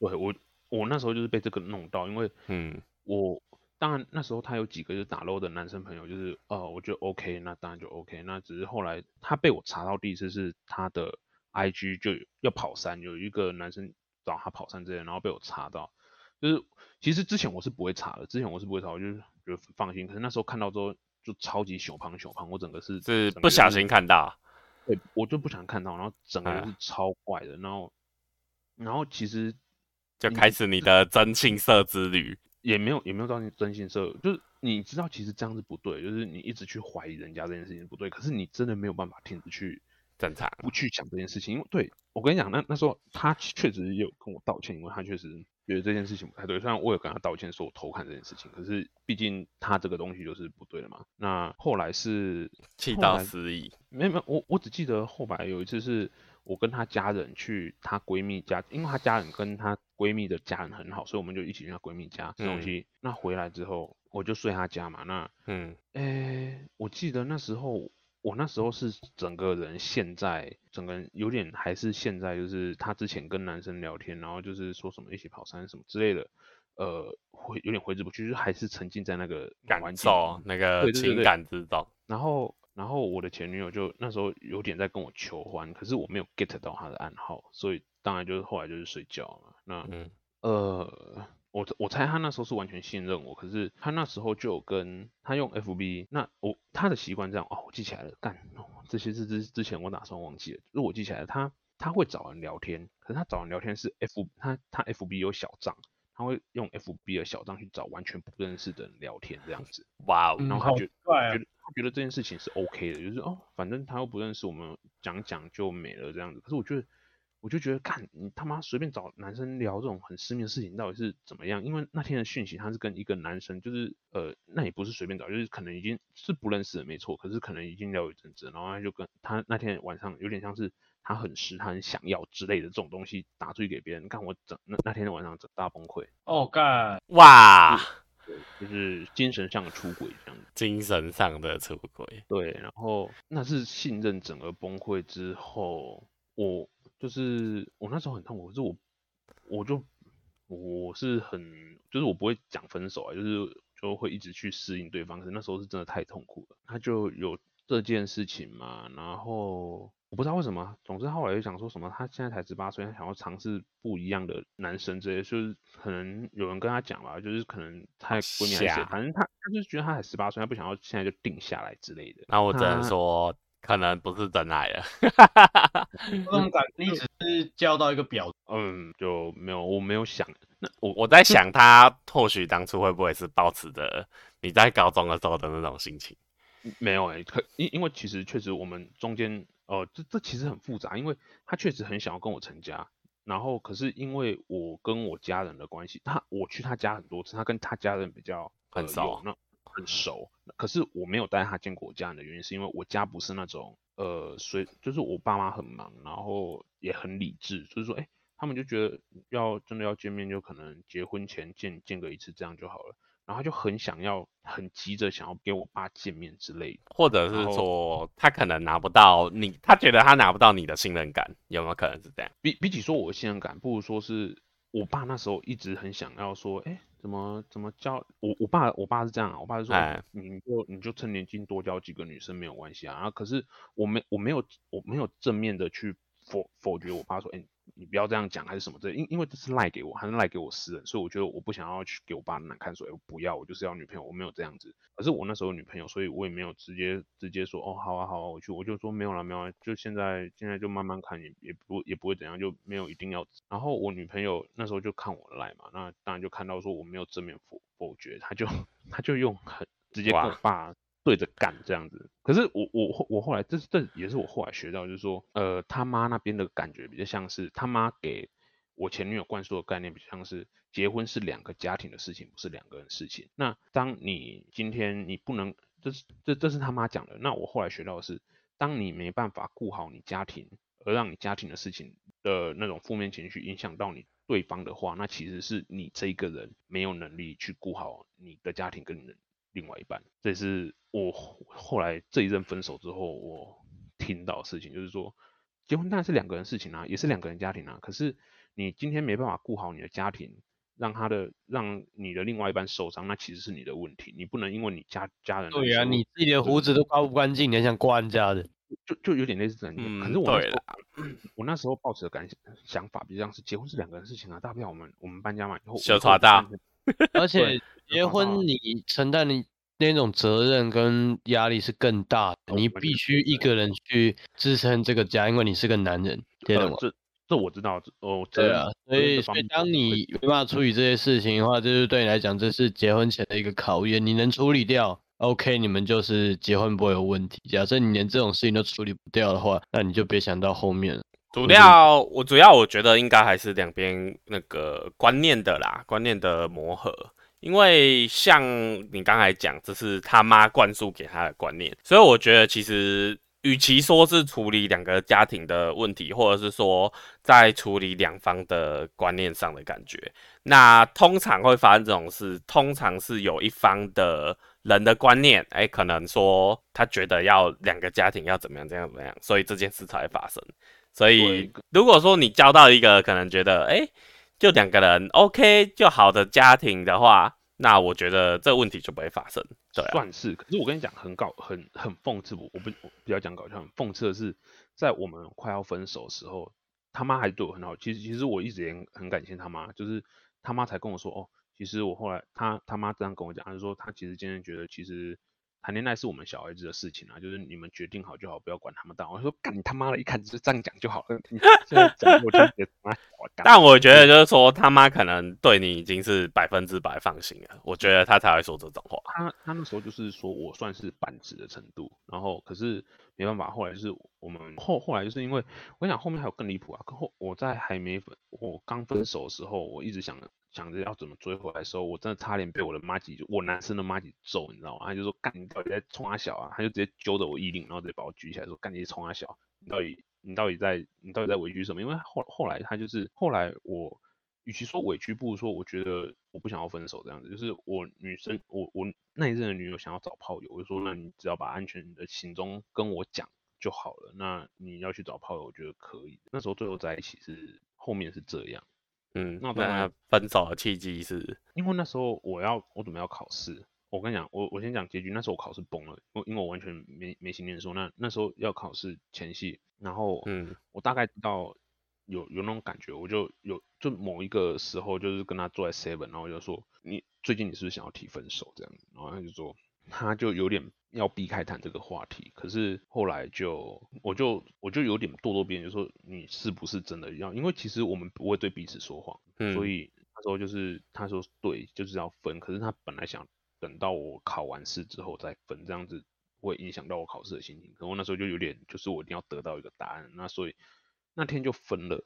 Speaker 2: 对我我那时候就是被这个弄到，因为
Speaker 1: 嗯，
Speaker 2: 我当然那时候他有几个就是打 low 的男生朋友，就是呃，我觉得 OK，那当然就 OK。那只是后来他被我查到第一次是他的 IG 就有要跑山，有一个男生找他跑山之类的，然后被我查到。就是其实之前我是不会查的，之前我是不会查，我就是觉得放心。可是那时候看到之后就超级小胖小胖，我整个是
Speaker 1: 是
Speaker 2: 整个
Speaker 1: 不
Speaker 2: 就
Speaker 1: 小
Speaker 2: 是
Speaker 1: 心看到，
Speaker 2: 对，我就不想看到，然后整个
Speaker 1: 哎
Speaker 2: 就是超怪的，然后然后其实
Speaker 1: 就
Speaker 2: 你
Speaker 1: 开始你的真情色之旅。
Speaker 2: 也没有也没有到真心社，就是你知道其实这样是不对，就是你一直去怀疑人家这件事情是不对，可是你真的没有办法停止去
Speaker 1: 正常
Speaker 2: 不去讲这件事情，因为对我跟你讲，那那时候他确实也有跟我道歉，因为他确实觉得这件事情不太对，虽然我有跟他道歉说我偷看这件事情，可是毕竟他这个东西就是不对的嘛。那后来是
Speaker 1: 气
Speaker 2: 后
Speaker 1: 到
Speaker 2: 来
Speaker 1: 失忆，
Speaker 2: 没有没有，我我只记得后来有一次是我跟她家人去她闺蜜家，因为她家人跟她闺蜜的家人很好，所以我们就一起去她闺蜜家吃东
Speaker 1: 嗯
Speaker 2: 西。那回来之后，我就睡她家嘛。那
Speaker 1: 嗯，
Speaker 2: 诶，我记得那时候我那时候是整个人现在整个人有点还是现在，就是她之前跟男生聊天，然后就是说什么一起跑山什么之类的，呃，回有点回之不去，就是还是沉浸在那个
Speaker 1: 感
Speaker 2: 环境
Speaker 1: 受那个
Speaker 2: 对对对
Speaker 1: 情
Speaker 2: 对
Speaker 1: 感之中。
Speaker 2: 然后，然后我的前女友就那时候有点在跟我求欢，可是我没有 get 到她的暗号，所以当然就是后来就是睡觉嘛。那
Speaker 1: 嗯，
Speaker 2: 呃，我我猜她那时候是完全信任我，可是她那时候就有跟她用 FB，那我她的习惯这样哦，我记起来了，干，哦这些是之之前我打算忘记了，就是我记起来了，她她会找人聊天，可是她找人聊天是 F，她她 FB 有小账，她会用 FB 的小账去找完全不认识的人聊天这样子。
Speaker 1: 哇哦，
Speaker 3: 嗯
Speaker 2: 然后
Speaker 3: 好
Speaker 2: 他觉得、
Speaker 3: 怪啊
Speaker 2: 觉得他觉得这件事情是 OK 的，就是哦，反正他又不认识我们，讲讲就没了这样子。可是我觉得，我就觉得，看你他妈随便找男生聊这种很私密的事情，到底是怎么样？因为那天的讯息他是跟一个男生，就是呃，那也不是随便找，就是可能已经是不认识的没错，可是可能已经聊一阵子，然后他就跟他那天晚上有点像是。他很湿，他很想要之类的这种东西打出去给别人，看我整那那天晚上整大崩溃，
Speaker 3: 哦干，
Speaker 2: 嗯
Speaker 1: 哇，
Speaker 2: 就是精神上的出轨这样子。
Speaker 1: 精神上的出轨，
Speaker 2: 对，然后那是信任整个崩溃之后，我就是我那时候很痛苦，可是我我就我是很就是我不会讲分手啊，就是就会一直去适应对方，可是那时候是真的太痛苦了。他就有这件事情嘛，然后我不知道为什么，总之后来就想说什么，他现在才十八岁，他想要尝试不一样的男生之类的，就是可能有人跟他讲吧，就是可能他的闺蜜还是
Speaker 1: 瞎
Speaker 2: 谁，反正他他就是觉得他才十八岁，他不想要现在就定下来之类的。
Speaker 1: 那我只能
Speaker 2: 他
Speaker 1: 说，可能不是真爱了。
Speaker 3: 这种感你只是交到一个婊子，
Speaker 2: 嗯，就没有，我没有想。那我
Speaker 1: 我在想，他或许当初会不会是抱持着你在高中的时候的那种心情？
Speaker 2: 没有哎、可因因为其实确实我们中间，呃，这这其实很复杂，因为他确实很想要跟我成家，然后可是因为我跟我家人的关系，他我去他家很多次，他跟他家人比较
Speaker 1: 很
Speaker 2: 呃有
Speaker 1: 熟
Speaker 2: 那很熟，可是我没有带他见过我家人的原因，是因为我家不是那种呃，所以就是我爸妈很忙，然后也很理智，就是说，哎、他们就觉得要真的要见面，就可能结婚前见见个一次这样就好了。然后他就很想要，很急着想要跟我爸见面之类的。
Speaker 1: 或者是
Speaker 2: 然后
Speaker 1: 说，他可能拿不到你，他觉得他拿不到你的信任感，有没有可能是这样？
Speaker 2: 比比起说我的信任感，不如说是我爸那时候一直很想要说，哎、怎么怎么交？我我爸我爸是这样啊，我爸是说，
Speaker 1: 哎
Speaker 2: 你你就你就趁年轻多交几个女生没有关系啊。然后可是我没我没有我没有正面的去否否决我爸说，哎、你不要这样讲还是什么之类，因因为这是赖给我，还是赖给我私人，所以我觉得我不想要去给我爸难看，所以我不要，我就是要女朋友，我没有这样子。可是我那时候有女朋友，所以我也没有直接直接说哦，好啊好啊，我去，我就说没有啦没有啦，啊就现在现在就慢慢看，也也不也不会怎样，就没有一定要。然后我女朋友那时候就看我来嘛，那当然就看到说我没有正面否否决，她就她就用很直接跟我
Speaker 1: 哇
Speaker 2: 爸对着干这样子。可是我我后我后来这这也是我后来学到，就是说呃他妈那边的感觉比较像是他妈给我前女友灌输的概念比较像是，结婚是两个家庭的事情，不是两个人的事情。那当你今天你不能，这是这这是他妈讲的。那我后来学到的是，当你没办法顾好你家庭，而让你家庭的事情的那种负面情绪影响到你对方的话，那其实是你这一个人没有能力去顾好你的家庭跟你的另外一半。这也是我后后来这一任分手之后我听到的事情，就是说，结婚当然是两个人的事情啊，也是两个人家庭啊。可是你今天没办法顾好你的家庭，让他的让你的另外一半受伤，那其实是你的问题。你不能因为你家家人的
Speaker 3: 对呀、啊
Speaker 2: 错误
Speaker 3: 你自己的胡子都刮不干净，你还想刮人家的？
Speaker 2: 就就有点类似这样。可
Speaker 1: 嗯
Speaker 2: 是我那
Speaker 1: 对
Speaker 2: 时候我那时候抱持的感想法，比较像是结婚是两个人的事情啊，大不了我们我们搬家嘛，以后
Speaker 1: 小
Speaker 2: 我
Speaker 1: 吵
Speaker 2: 们
Speaker 1: 大
Speaker 2: 搬家
Speaker 3: 而且结
Speaker 2: 好吧
Speaker 3: 婚你承担的那种责任跟压力是更大的，
Speaker 2: 哦
Speaker 3: 你
Speaker 2: 完
Speaker 3: 必
Speaker 2: 全
Speaker 3: 须一个人去支撑这个家，因为你是个男人，听
Speaker 2: 呃
Speaker 3: 懂吗？
Speaker 2: 这这我知道，这哦，这
Speaker 3: 对啊，所
Speaker 2: 责任
Speaker 3: 以
Speaker 2: 这
Speaker 3: 所
Speaker 2: 方
Speaker 3: 以
Speaker 2: 面
Speaker 3: 当
Speaker 2: 会
Speaker 3: 你没办法处理这些事情的话，这就是对你来讲，这是结婚前的一个考验。你能处理掉，OK，你们就是结婚不会有问题。假设你连这种事情都处理不掉的话，那你就别想到后面了。
Speaker 1: 主
Speaker 3: 我觉得
Speaker 1: 要我主要我觉得应该还是两边那个观念的啦，观念的磨合。因为像你刚才讲，这是他妈灌输给他的观念，所以我觉得其实，与其说是处理两个家庭的问题，或者是说在处理两方的观念上的感觉，那通常会发生这种事，通常是有一方的人的观念，哎、可能说他觉得要两个家庭要怎么样，怎么样怎么样，所以这件事才会发生。所以
Speaker 2: 对
Speaker 1: 如果说你交到一个可能觉得哎、诶就两个人 OK 就好的家庭的话，那我觉得这问题就不会发生。对啊，
Speaker 2: 算是，可是我跟你讲，很搞，很很讽刺。我我不我不要讲搞笑，很讽刺的是，在我们快要分手的时候，他妈还对我很好。其实其实我一直也很很感谢他妈，就是他妈才跟我说，哦，其实我后来他他妈这样跟我讲，他就说他其实今天觉得其实。谈恋爱是我们小孩子的事情啊，就是你们决定好就好，不要管他们大人。我说干你他妈的，一开始就这样讲就好了，你现在讲给我听，你他妈我干
Speaker 1: 但我觉得就是说他妈可能对你已经是百分之百放心了，我觉得他才会说这种话。
Speaker 2: 他他那时候就是说我算是板直的程度，然后可是没办法，后来是我们后后来就是因为我想后面还有更离谱啊，跟后我在还没分我刚分手的时候，我一直想想着要怎么追回来的时候，我真的差点被我的妈吉我男生的妈吉揍，你知道吗？他就说干你到底在冲他小啊，他就直接揪着我衣领，然后直接把我举起来说干你在冲他小，你到底你到底在你到底在委屈什么？因为后后来他就是后来我与其说委屈，不如说我觉得我不想要分手这样子。就是我女生，我我那一任的女友想要找炮友，我就说那你只要把安全的行踪跟我讲就好了。那你要去找炮友，我觉得可以。那时候最后在一起是后面是这样，
Speaker 1: 嗯，
Speaker 2: 那当
Speaker 1: 那
Speaker 2: 然
Speaker 1: 分手的契机是
Speaker 2: 因为那时候我要我准备要考试，我跟你讲，我我先讲结局。那时候我考试崩了，因为因为我完全没没心念书。那那时候要考试前夕，然后
Speaker 1: 嗯
Speaker 2: 我大概知道有有那种感觉，我就有就某一个时候就是跟他坐在 seven，然后我就说你最近你是不是想要提分手这样子，然后他就说他就有点要避开谈这个话题，可是后来就我就我就有点咄咄逼人，就说你是不是真的要？因为其实我们不会对彼此说谎，
Speaker 1: 嗯，
Speaker 2: 所以那时候就是他说对，就是要分，可是他本来想等到我考完试之后再分，这样子会影响到我考试的心情。可我那时候就有点，就是我一定要得到一个答案，那所以那天就分了，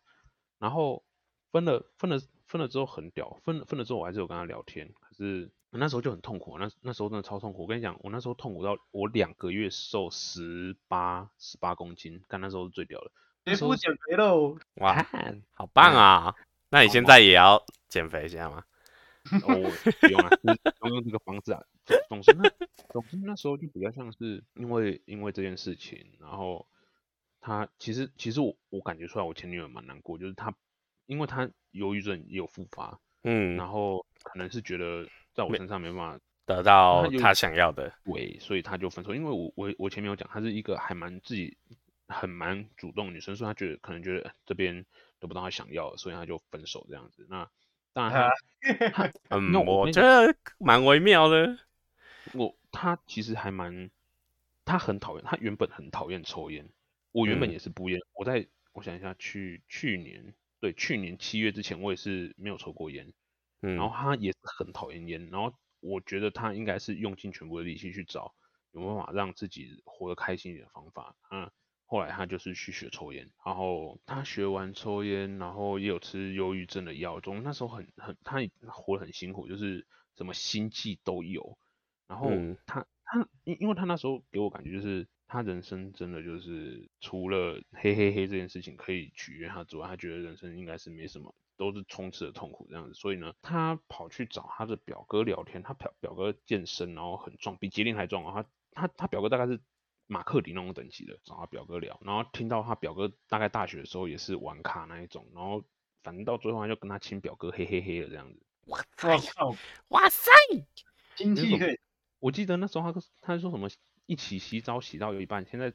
Speaker 2: 然后分了分了分了之后很屌，分了分了之后我还是有跟他聊天，可是我那时候就很痛苦，那那时候真的超痛苦。我跟你讲，我那时候痛苦到我两个月瘦十八十八公斤，但那时候是最屌的。
Speaker 3: 别不减肥喽！
Speaker 1: 哇，
Speaker 2: 看
Speaker 1: 好棒啊！那你
Speaker 2: 嗯好
Speaker 1: 现
Speaker 2: 嘛
Speaker 1: 在也要减肥一下吗？
Speaker 2: 哦，不用啊，就是不用用这个方式啊。总总之那总之那时候就比较像是因为因为这件事情，然后他其实其实我我感觉出来我前女友蛮难过，就是她因为她忧郁症也有复发，
Speaker 1: 嗯，
Speaker 2: 然后可能是觉得在我身上没办法
Speaker 1: 得到
Speaker 2: 那有
Speaker 1: 他想要的，
Speaker 2: 对，所以他就分手。因为我我我前面有讲，她是一个还蛮自己很蛮主动的女生，所以她觉得可能觉得呃这边得不到她想要的，所以她就分手这样子。那当然她
Speaker 1: 嗯
Speaker 2: 那，我
Speaker 1: 我
Speaker 2: 跟你
Speaker 1: 觉得蛮微妙的。
Speaker 2: 我他其实还蛮，他很讨厌，他原本很讨厌抽烟，我原本
Speaker 1: 嗯
Speaker 2: 也是不烟，我在我想一下，去去年对去年七月之前我也是没有抽过烟，
Speaker 1: 嗯，
Speaker 2: 然后他也是很讨厌烟，然后我觉得他应该是用尽全部的力气去找有没有办法让自己活得开心一点的方法，嗯，后来他就是去学抽烟，然后他学完抽烟，然后也有吃忧郁症的药，总那时候很很他也活得很辛苦，就是什么心悸都有。然后
Speaker 1: 嗯
Speaker 2: 他、他因因为他那时候给我感觉就是他人生真的就是除了嘿嘿嘿这件事情可以取悦他之外，他觉得人生应该是没什么。都是充斥着痛苦这样子，所以呢，他跑去找他的表哥聊天。他表表哥健身，然后很壮，比杰林还壮哦。他他他表哥大概是马克里那种等级的，找他表哥聊，然后听到他表哥大概大学的时候也是玩咖那一种，然后反正到最后他就跟他亲表哥嘿嘿嘿了这样子。
Speaker 1: 哇
Speaker 4: 我
Speaker 1: 塞，
Speaker 4: 靠，
Speaker 1: 哇塞，
Speaker 4: 经
Speaker 2: 那
Speaker 4: 济
Speaker 2: 种
Speaker 4: 可以
Speaker 2: 我记得那时候他他说什么一起洗澡洗到有一半，先在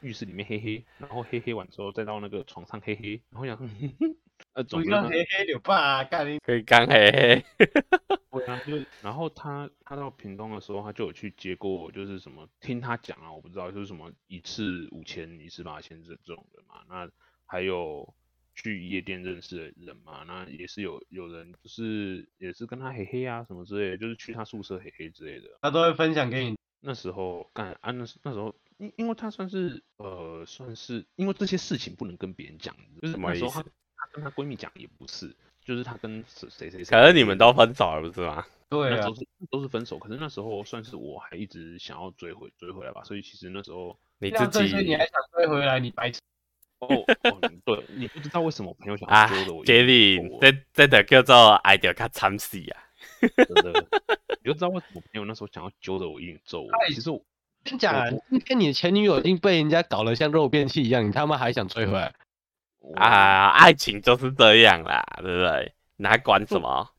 Speaker 2: 浴室里面嘿嘿，然后嘿嘿完之后再到那个床上嘿嘿，然后想， 呃，
Speaker 4: 不
Speaker 2: 总之
Speaker 4: 用
Speaker 2: 呢
Speaker 4: 黑黑流吧，干你
Speaker 1: 可以干嘿嘿，
Speaker 2: 对啊，就是，然后他他到屏东的时候，他就有去接过我，就是什么听他讲啊，我不知道，就是什么一次五千、一次八千这这种的嘛。那还有去夜店认识的人嘛，那也是有有人就是也是跟他嘿嘿啊什么之类的，就是去他宿舍嘿嘿之类的。
Speaker 4: 他都会分享给你。
Speaker 2: 那时候干啊，那时那时候因因为他算是呃算是因为这些事情不能跟别人讲，就是
Speaker 1: 什么
Speaker 2: 那时
Speaker 1: 意
Speaker 2: 候她
Speaker 1: 思
Speaker 2: 她跟她闺蜜讲也不是，就是她跟谁谁谁谁
Speaker 1: 可是
Speaker 2: 嘿
Speaker 1: 你
Speaker 2: 嘿
Speaker 1: 们都分手了不是吗？
Speaker 4: 对
Speaker 2: 那
Speaker 4: 啊
Speaker 2: 时候，是都是分手，可是那时候算是我还一直想要追回追回来吧，所以其实那时候
Speaker 1: 你自
Speaker 4: 像
Speaker 2: 啊
Speaker 4: 这
Speaker 1: 己
Speaker 4: 些你还想追回来，你白痴。
Speaker 2: 哦哦，对你不知道为什么我朋友想要
Speaker 1: 啊
Speaker 2: 追的我，
Speaker 1: 杰里
Speaker 2: 我，
Speaker 1: 这这的叫做爱得较惨死啊！
Speaker 2: 真的，你就知道为什么我朋友那时候想要揪着我一定揍我。其实我
Speaker 4: 真假啊？
Speaker 3: 今天你的前女友已经被人家搞得像肉便器一样，你他妈还想追回来？
Speaker 2: 我
Speaker 1: 啊，爱情就是这样啦，对不对？哪管什么？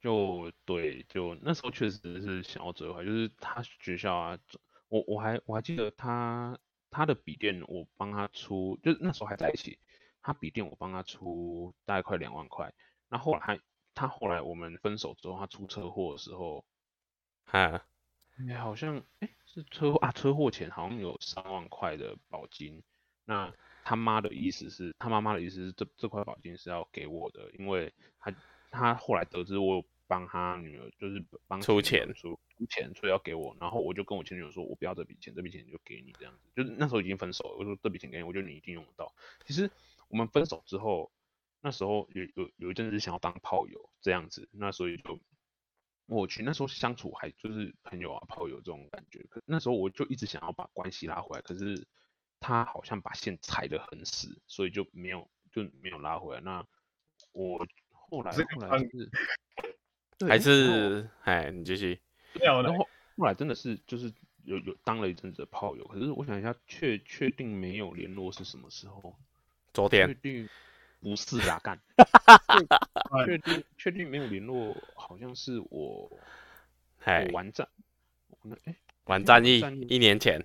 Speaker 2: 就对，就那时候确实是想要折回来，就是他学校啊，我我还我还记得他他的笔电我帮他出，就是那时候还在一起，他笔电我帮他出大概快两万块，那后来他他后来我们分手之后，他出车祸的时候，
Speaker 1: 哈，
Speaker 2: 哎好像哎是车祸啊，车祸前好像有三万块的保金，那他妈的意思是，他妈妈的意思是这这块保金是要给我的，因为他他后来得知我有帮他女儿，就是帮
Speaker 1: 出钱
Speaker 2: 前女友出出钱，所以要给我，然后我就跟我前女友说，我不要这笔钱，这笔钱就给你这样子，就是那时候已经分手了，我说这笔钱给你，我觉得你一定用得到。其实我们分手之后，那时候有有有一阵子想要当炮友这样子，那所以就我去那时候相处还就是朋友啊炮友这种感觉，可那时候我就一直想要把关系拉回来，可是他好像把线踩得很死，所以就没有就没有拉回来。那我后来
Speaker 4: 这个
Speaker 2: 后来
Speaker 4: 方
Speaker 2: 就是 对
Speaker 1: 还
Speaker 2: 那时候
Speaker 1: 是哎，你继续。
Speaker 4: 掉了。
Speaker 2: 然，后后来真啊的是就是有有当了一阵子的炮友，可是我想一下，确确定没有联络是什么时候？
Speaker 1: 昨
Speaker 2: 确
Speaker 1: 天
Speaker 2: 定不是
Speaker 1: 啊
Speaker 2: 啦，干 确确定确定没有联络，好像是我
Speaker 1: 哎
Speaker 2: 我，完战，我哎、
Speaker 1: 玩战役
Speaker 2: 战役
Speaker 1: 一年前，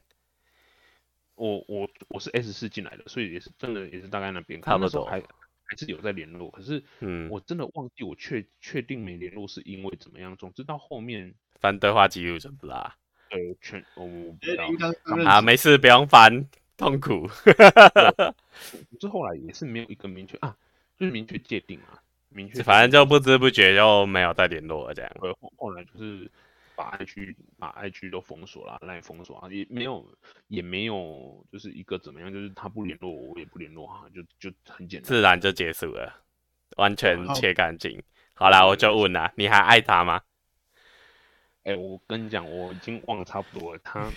Speaker 2: 我我我是 S 四进来的，所以也是真的也是大概那边，可
Speaker 1: 差
Speaker 2: 能
Speaker 1: 不
Speaker 2: 那时候
Speaker 1: 多
Speaker 2: 还还是有在联络，可是
Speaker 1: 嗯
Speaker 2: 我真的忘记我确确定没联络是因为怎么样，总之到后面
Speaker 1: 翻对话记录就不啦。
Speaker 2: 呃全我我不
Speaker 4: 因为
Speaker 2: 知
Speaker 3: 哎
Speaker 2: 道
Speaker 4: 林。刚刚认
Speaker 1: 啊，
Speaker 4: 识
Speaker 1: 没事，不用烦，痛苦。
Speaker 2: 这后来也是没有一个明确啊，就是明确界定啊，明确界定。
Speaker 1: 反正就不知不觉就没有再联络了，这样。
Speaker 2: 呃后后来就是把 IG 把 IG 都封锁了，那也封锁啊，也没有也没有就是一个怎么样，就是他不联络我，我也不联络他，就就很简单。
Speaker 1: 自然就结束了，完全
Speaker 4: 好
Speaker 1: 切干净。好啦，我就问啦，你还爱他吗？
Speaker 2: 哎、我跟你讲，我已经忘得差不多了，他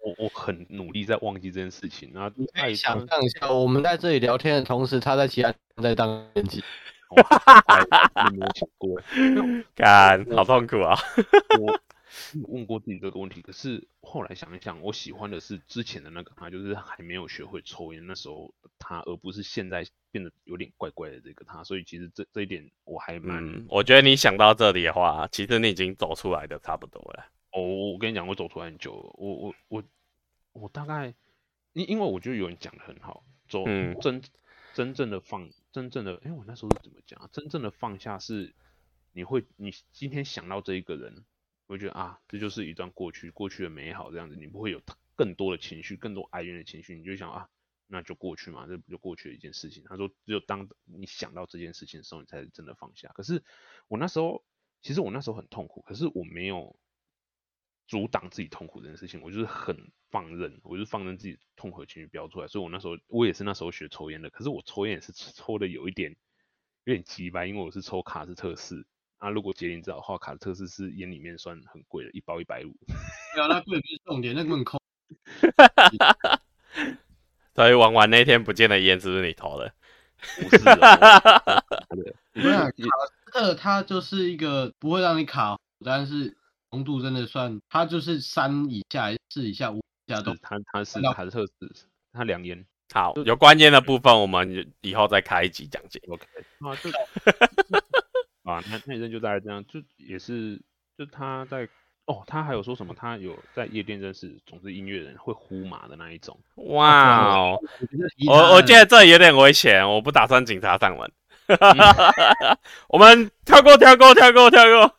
Speaker 2: 我我很努力在忘记这件事情，然后爱
Speaker 3: 你
Speaker 2: 他
Speaker 3: 哎想象一下，我们在这里聊天的同时，他在其他地方在当编辑，
Speaker 2: 我还没有想过，那我
Speaker 1: 干，
Speaker 4: 嗯
Speaker 1: 好痛苦啊、
Speaker 2: 我有问过自己这个问题，可是后来想一想，我喜欢的是之前的那个他，就是还没有学会抽烟那时候的他，而不是现在变得有点怪怪的这个他。所以其实这这一点我还蛮……
Speaker 1: 嗯，我觉得你想到这里的话，其实你已经走出来的差不多了。
Speaker 2: 哦，我跟你讲，我走出来很久了，我我我我大概因因为我觉得有人讲的很好，走、
Speaker 1: 嗯
Speaker 2: 真真正的放真正的，哎、我那时候是怎么讲啊？真正的放下是你会你今天想到这一个人，我觉得啊，这就是一段过去过去的美好这样子，你不会有更多的情绪，更多哀怨的情绪，你就想啊，那就过去嘛，这不就过去的一件事情。他说，只有当你想到这件事情的时候，你才是真的放下。可是我那时候，其实我那时候很痛苦，可是我没有阻挡自己痛苦这件事情，我就是很放任，我就是放任自己痛苦的情绪飙出来。所以我那时候我也是那时候学抽烟的，可是我抽烟也是抽的有一点有点鸡掰，因为我是抽卡斯特氏。啊，如果杰林知道的话，卡斯特氏是烟里面算很贵的，一包一百五。
Speaker 4: 对啊，那贵不是重点，那根本 空。
Speaker 1: 所以玩完那天不见的烟是不是你投的？
Speaker 2: 不是啊，我我
Speaker 4: 不是啊卡斯特，它就是一个不会让你卡，但是浓度真的算，它就是三以下、四以下、五以下都
Speaker 2: 是
Speaker 3: 哦
Speaker 2: 他他是
Speaker 4: 到
Speaker 2: 卡斯特氏，他两烟。
Speaker 1: 好，
Speaker 4: 嗯
Speaker 1: 有关键的部分我们以后再开一集讲解。
Speaker 2: OK，啊，就啊，那那阵就大概这样，就也是，就他在哦，他还有说什么，他有在夜店认识，总之音乐人会呼麻的那一种，
Speaker 1: 哇哦，
Speaker 4: 我
Speaker 1: 我我觉得这有点危险，我不打算警察上门。 我们跳过，跳过，跳过，跳过。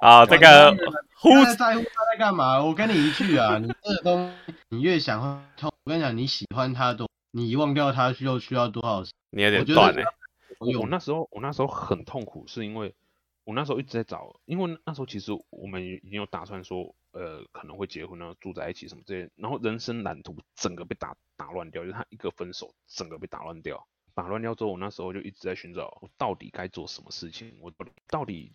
Speaker 1: 啊，这个呼
Speaker 4: 不在在乎他在干嘛。我跟你一句啊，你这个东西，你越想会痛，我跟你讲，你喜欢他多，你遗忘掉他需要需要多少时
Speaker 1: 你有点
Speaker 4: 我觉得
Speaker 1: 断哎、欸。
Speaker 4: 我有
Speaker 2: 我那时候我那时候很痛苦，是因为我那时候一直在找，因为那时候其实我们已经有打算说，呃，可能会结婚，然后住在一起什么这些，然后人生蓝图整个被打打乱掉，就是他一个分手，整个被打乱掉。打乱掉之后，我那时候就一直在寻找我到底该做什么事情，我到底到底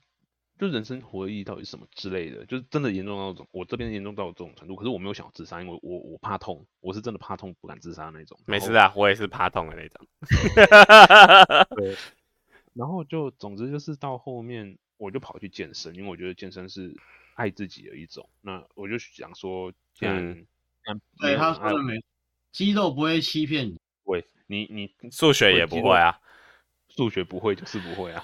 Speaker 2: 就人生活的意义到底是什么之类的，就是真的严重到这种，我这边严重到这种程度，可是我没有想要自杀，因为我我怕痛，我是真的怕痛，不敢自杀那种。
Speaker 1: 没
Speaker 2: 然后
Speaker 1: 事啊，我也是怕痛的那种。
Speaker 2: 然后就总之就是到后面我就跑去健身，因为我觉得健身是爱自己的一种。那我就想说，既然、
Speaker 1: 嗯
Speaker 2: 既然
Speaker 4: 对，他
Speaker 2: 说
Speaker 4: 说的没，肌肉不会欺骗你。
Speaker 2: 会，你你
Speaker 1: 数学也不会啊，
Speaker 2: 数学不会就是 不会啊，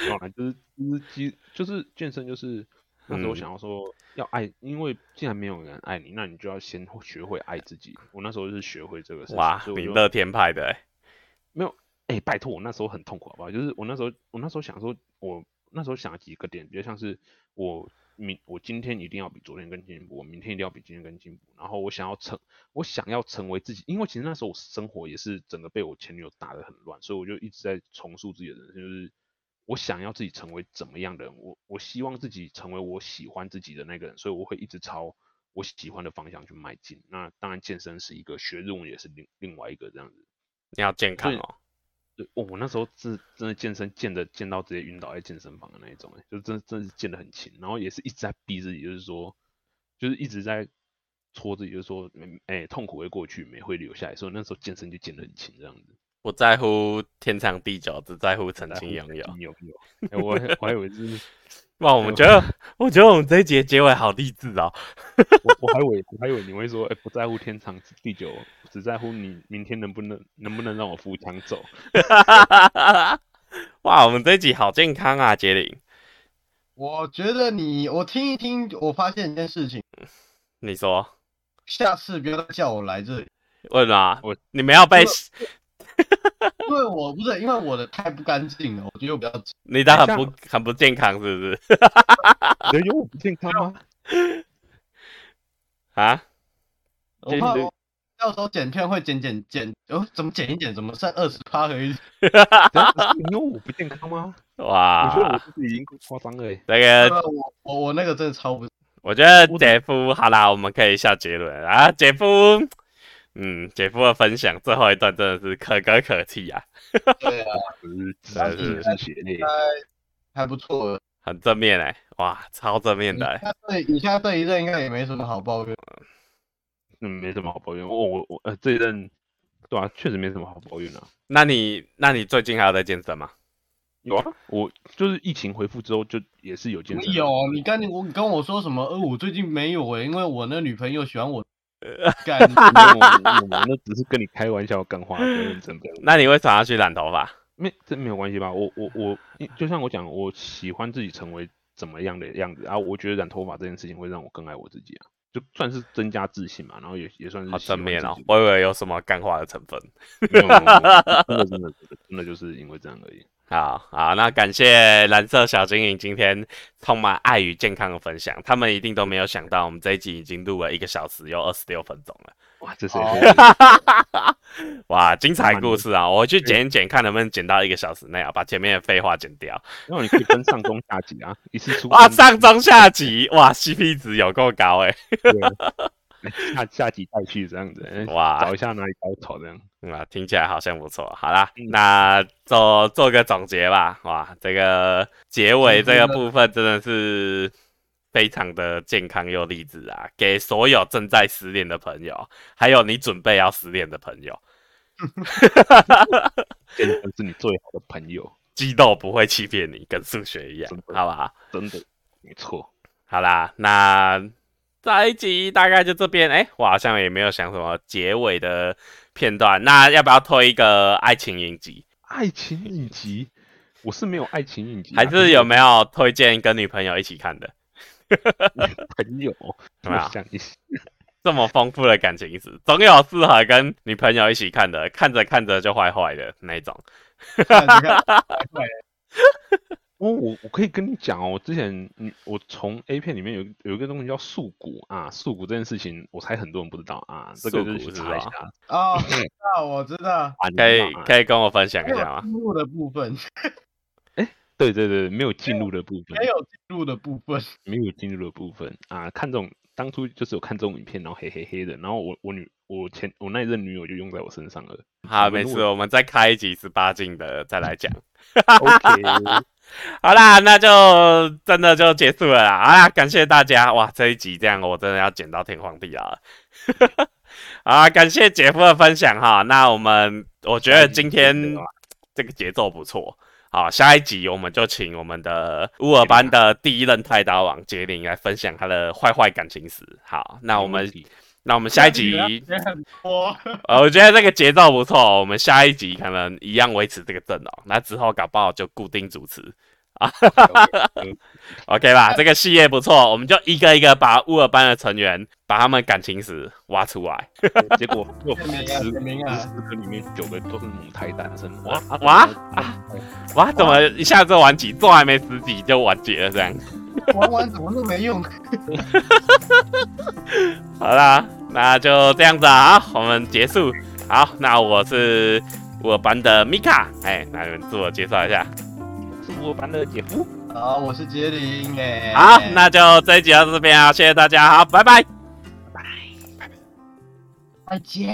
Speaker 2: 没有啦就是就是肌就是健身就是那时候
Speaker 1: 嗯
Speaker 2: 想要说要爱，因为既然没有人爱你，那你就要先学会爱自己。我那时候就是学会这个事情，
Speaker 1: 哇，
Speaker 2: 所以
Speaker 1: 你
Speaker 2: 我就
Speaker 1: 乐天派的、欸，
Speaker 2: 没有，哎、拜托，我那时候很痛苦，好不好？就是我那时候，我那时候想说，我那时候想几个点，比较像是我明我今天一定要比昨天更进步，我明天一定要比今天更进步，然后我想要成，我想要成为自己，因为其实那时候我生活也是整个被我前女友打得很乱，所以我就一直在重塑自己的人生，就是我想要自己成为怎么样的人，我我希望自己成为我喜欢自己的那个人，所以我会一直朝。我喜欢的方向去迈进，那当然健身是一个，学日文也是另另外一个这样子。
Speaker 1: 你要健康
Speaker 2: 对
Speaker 1: 哦。
Speaker 2: 对，哦我那时候是真的健身健的健到直接晕倒在健身房的那一种、欸，就真的真的是健的很勤，然后也是一直在逼自己，就是说，就是一直在戳自己，就是说，嗯哎、痛苦会过去，美会留下来，所以那时候健身就健的很勤这样子。
Speaker 1: 不在乎天长地久，只在乎曾
Speaker 2: 来
Speaker 1: 经
Speaker 2: 我
Speaker 1: 拥有
Speaker 2: 曾。经拥有，哎我还我还以为是，
Speaker 1: 哇，我们觉得，我觉得我们这一节结尾好励志哦。
Speaker 2: 我我还以为我还以为你会说，哎、不在乎天长地久，只在乎你明天能不能能不能让我扶墙走。
Speaker 1: 哇，我们这一集好健康啊，杰林，
Speaker 4: 我觉得你，我听一听，我发现一件事情，
Speaker 1: 你说
Speaker 4: 下次不要再叫我来这里，
Speaker 1: 为什么？
Speaker 2: 我
Speaker 1: 啊你们要被
Speaker 4: 因为我不是因为我的太不干净了，我觉得我比较脏
Speaker 1: 你的很
Speaker 2: 像
Speaker 1: 不很不健康，是不是？
Speaker 2: 你觉得我不健康吗？
Speaker 1: 啊，
Speaker 4: 我怕
Speaker 2: 对对
Speaker 4: 我到时候剪片会剪剪剪，哦，怎么剪一剪，怎么剩二十趴而已。
Speaker 2: 等一下你说我不健康吗？我觉得我
Speaker 1: 哇，
Speaker 2: 自己已经够夸张了、欸。
Speaker 1: 这
Speaker 4: 对
Speaker 1: 个
Speaker 4: 吧我我我那个真的超不，
Speaker 1: 我觉得
Speaker 2: 我
Speaker 1: 姐夫好啦，我们可以下结论啊，姐夫。嗯，姐夫的分享最后一段真的是可歌可泣啊，
Speaker 4: 对啊，
Speaker 2: 是自
Speaker 1: 然是
Speaker 2: 是血泪。
Speaker 4: 还不错了。
Speaker 1: 很正面哎、哇，超正面
Speaker 4: 你
Speaker 1: 的、欸。
Speaker 4: 下对你下这一任应该也没什么好抱怨。
Speaker 2: 嗯，没什么好抱怨。我我我呃，这一任对啊，确实没什么好抱怨啊。
Speaker 1: 那你那你最近还有在健身吗？
Speaker 2: 有啊，我就是疫情恢复之后，就也是有健身。啊
Speaker 4: 没有，啊你跟你我你跟我说什么？呃，我最近没有哎、因为我那女朋友喜欢 我。干，
Speaker 2: 没
Speaker 4: 啊
Speaker 2: 有，我我那只是跟你开玩笑，干话，不要认真不要认真
Speaker 1: 那你为什么要去染头发？
Speaker 2: 没这没有关系吧？我我我，因就像我讲，我喜欢自己成为怎么样的样子啊？我觉得染头发这件事情会让我更爱我自己啊，就算是增加自信嘛，然后也也算是
Speaker 1: 好
Speaker 2: 喜
Speaker 1: 正
Speaker 2: 欢
Speaker 1: 面
Speaker 2: 自
Speaker 1: 哦
Speaker 2: 己，
Speaker 1: 我以为有什么干化的成分。
Speaker 2: 没有没有没有真的真的真的真的就是因为这样而已。
Speaker 1: 好好，那感谢蓝色小精灵今天充满爱与健康的分享，他们一定都没有想到我们这一集已经录了一个小时又二十六分钟了。
Speaker 2: 哇，这是
Speaker 4: 哦
Speaker 2: 也是
Speaker 1: 哈哈哈！哇，精彩
Speaker 2: 蛮
Speaker 1: 故事啊！我回去剪一剪，看能不能剪到一个小时内啊，把前面的废话剪掉。
Speaker 2: 然后你可以分上中下集啊，一次出
Speaker 1: 哇，
Speaker 2: 分
Speaker 1: 上中下集，哇，CP 值有够高哎、
Speaker 2: 对下下集再去这样子，哎
Speaker 1: 哇
Speaker 2: 找一下哪里高潮这样。
Speaker 1: 嗯啊，听起来好像不错。好啦，
Speaker 2: 嗯
Speaker 1: 那做做个总结吧。哇，这个结
Speaker 2: 嗯
Speaker 1: 尾这个部分真的是非常的健康又励志啊，给所有正在失恋的朋友，还有你准备要失恋的朋友，
Speaker 2: 健身是你最好的朋友，
Speaker 1: 激斗不会欺骗你，跟数学一样
Speaker 2: 真，的
Speaker 1: 好吧？
Speaker 2: 真的没错。
Speaker 1: 好啦，那这一集大概就这边。哎、我好像也没有想什么结尾的片段，那要不要推一个爱情影集？
Speaker 2: 爱情影集，我是没有爱情影集啊，
Speaker 1: 还
Speaker 2: 可
Speaker 1: 是有
Speaker 2: 我
Speaker 1: 没有推荐跟女朋友一起看的？
Speaker 2: 朋 友？
Speaker 1: 怎么样
Speaker 2: 我想一下，
Speaker 1: 这么丰富的感情史，总有适合跟女朋友一起看的，看着看着就坏坏的那种。
Speaker 4: 看你看
Speaker 2: 哦，我我可以跟你讲哦，我之前嗯，我从 A 片里面有一有一个东西叫素骨啊，素骨这件事情，我猜很多人不知道啊，这个
Speaker 1: 素
Speaker 2: 就是
Speaker 1: 骨
Speaker 2: 去
Speaker 1: 是
Speaker 2: 查一
Speaker 1: 吧
Speaker 2: 下，
Speaker 4: 哦，我知道我知道，
Speaker 2: 啊你
Speaker 1: 可
Speaker 2: 知
Speaker 1: 以
Speaker 2: 道啊
Speaker 1: 可以跟啊我分享一
Speaker 4: 没有
Speaker 1: 下吗？
Speaker 4: 进入的部分，
Speaker 2: 对对对，没有进入的部分
Speaker 4: 没，有进入的部分，
Speaker 2: 没有进入的部分啊，看这种当初就是有看这种影片，然后黑黑黑的，然后我我女我前我那一任女友就用在我身上了。
Speaker 1: 好，
Speaker 2: 我
Speaker 1: 没
Speaker 2: 如
Speaker 1: 事，
Speaker 2: 果
Speaker 1: 我们再开一集十八禁的再来讲。
Speaker 2: OK，
Speaker 1: 好啦，那就真的就结束了啦。好啦，感谢大家哇！这一集这样，我真的要剪到天荒地老了。 啊，感谢姐夫的分享哈。那我们我觉得今天这个节奏不错。好，下一集我们就请我们的乌尔班的第一任太刀王杰林来分享他的坏坏感情史。好，那我们那我们下一集，
Speaker 4: 也很多，
Speaker 1: 呃，我觉得这个节奏不错。哦我们下一集可能一样维持这个阵容，那之后搞不好就固定主持。OK 吧，这个系列不错，我们就一个一个把乌尔班的成员，把他们感情史挖出来。
Speaker 2: 结果又
Speaker 4: 签名啊
Speaker 2: 十
Speaker 4: 签名啊
Speaker 2: 十个里面九个都是母胎单身，哇啊
Speaker 1: 哇哇，怎么一下就完结？做还没十集就完结了这样？
Speaker 4: 玩玩怎么都没用，
Speaker 1: 好啦，那就这样子啊，我们结束。好，那我是乌尔班的米卡，哎，那你们自我介绍一下。
Speaker 2: 是我班的姐夫，
Speaker 4: 好，我是杰林，哎，
Speaker 1: 好，那就这一集到这边啊，谢谢大家，好，拜拜。
Speaker 4: 再见。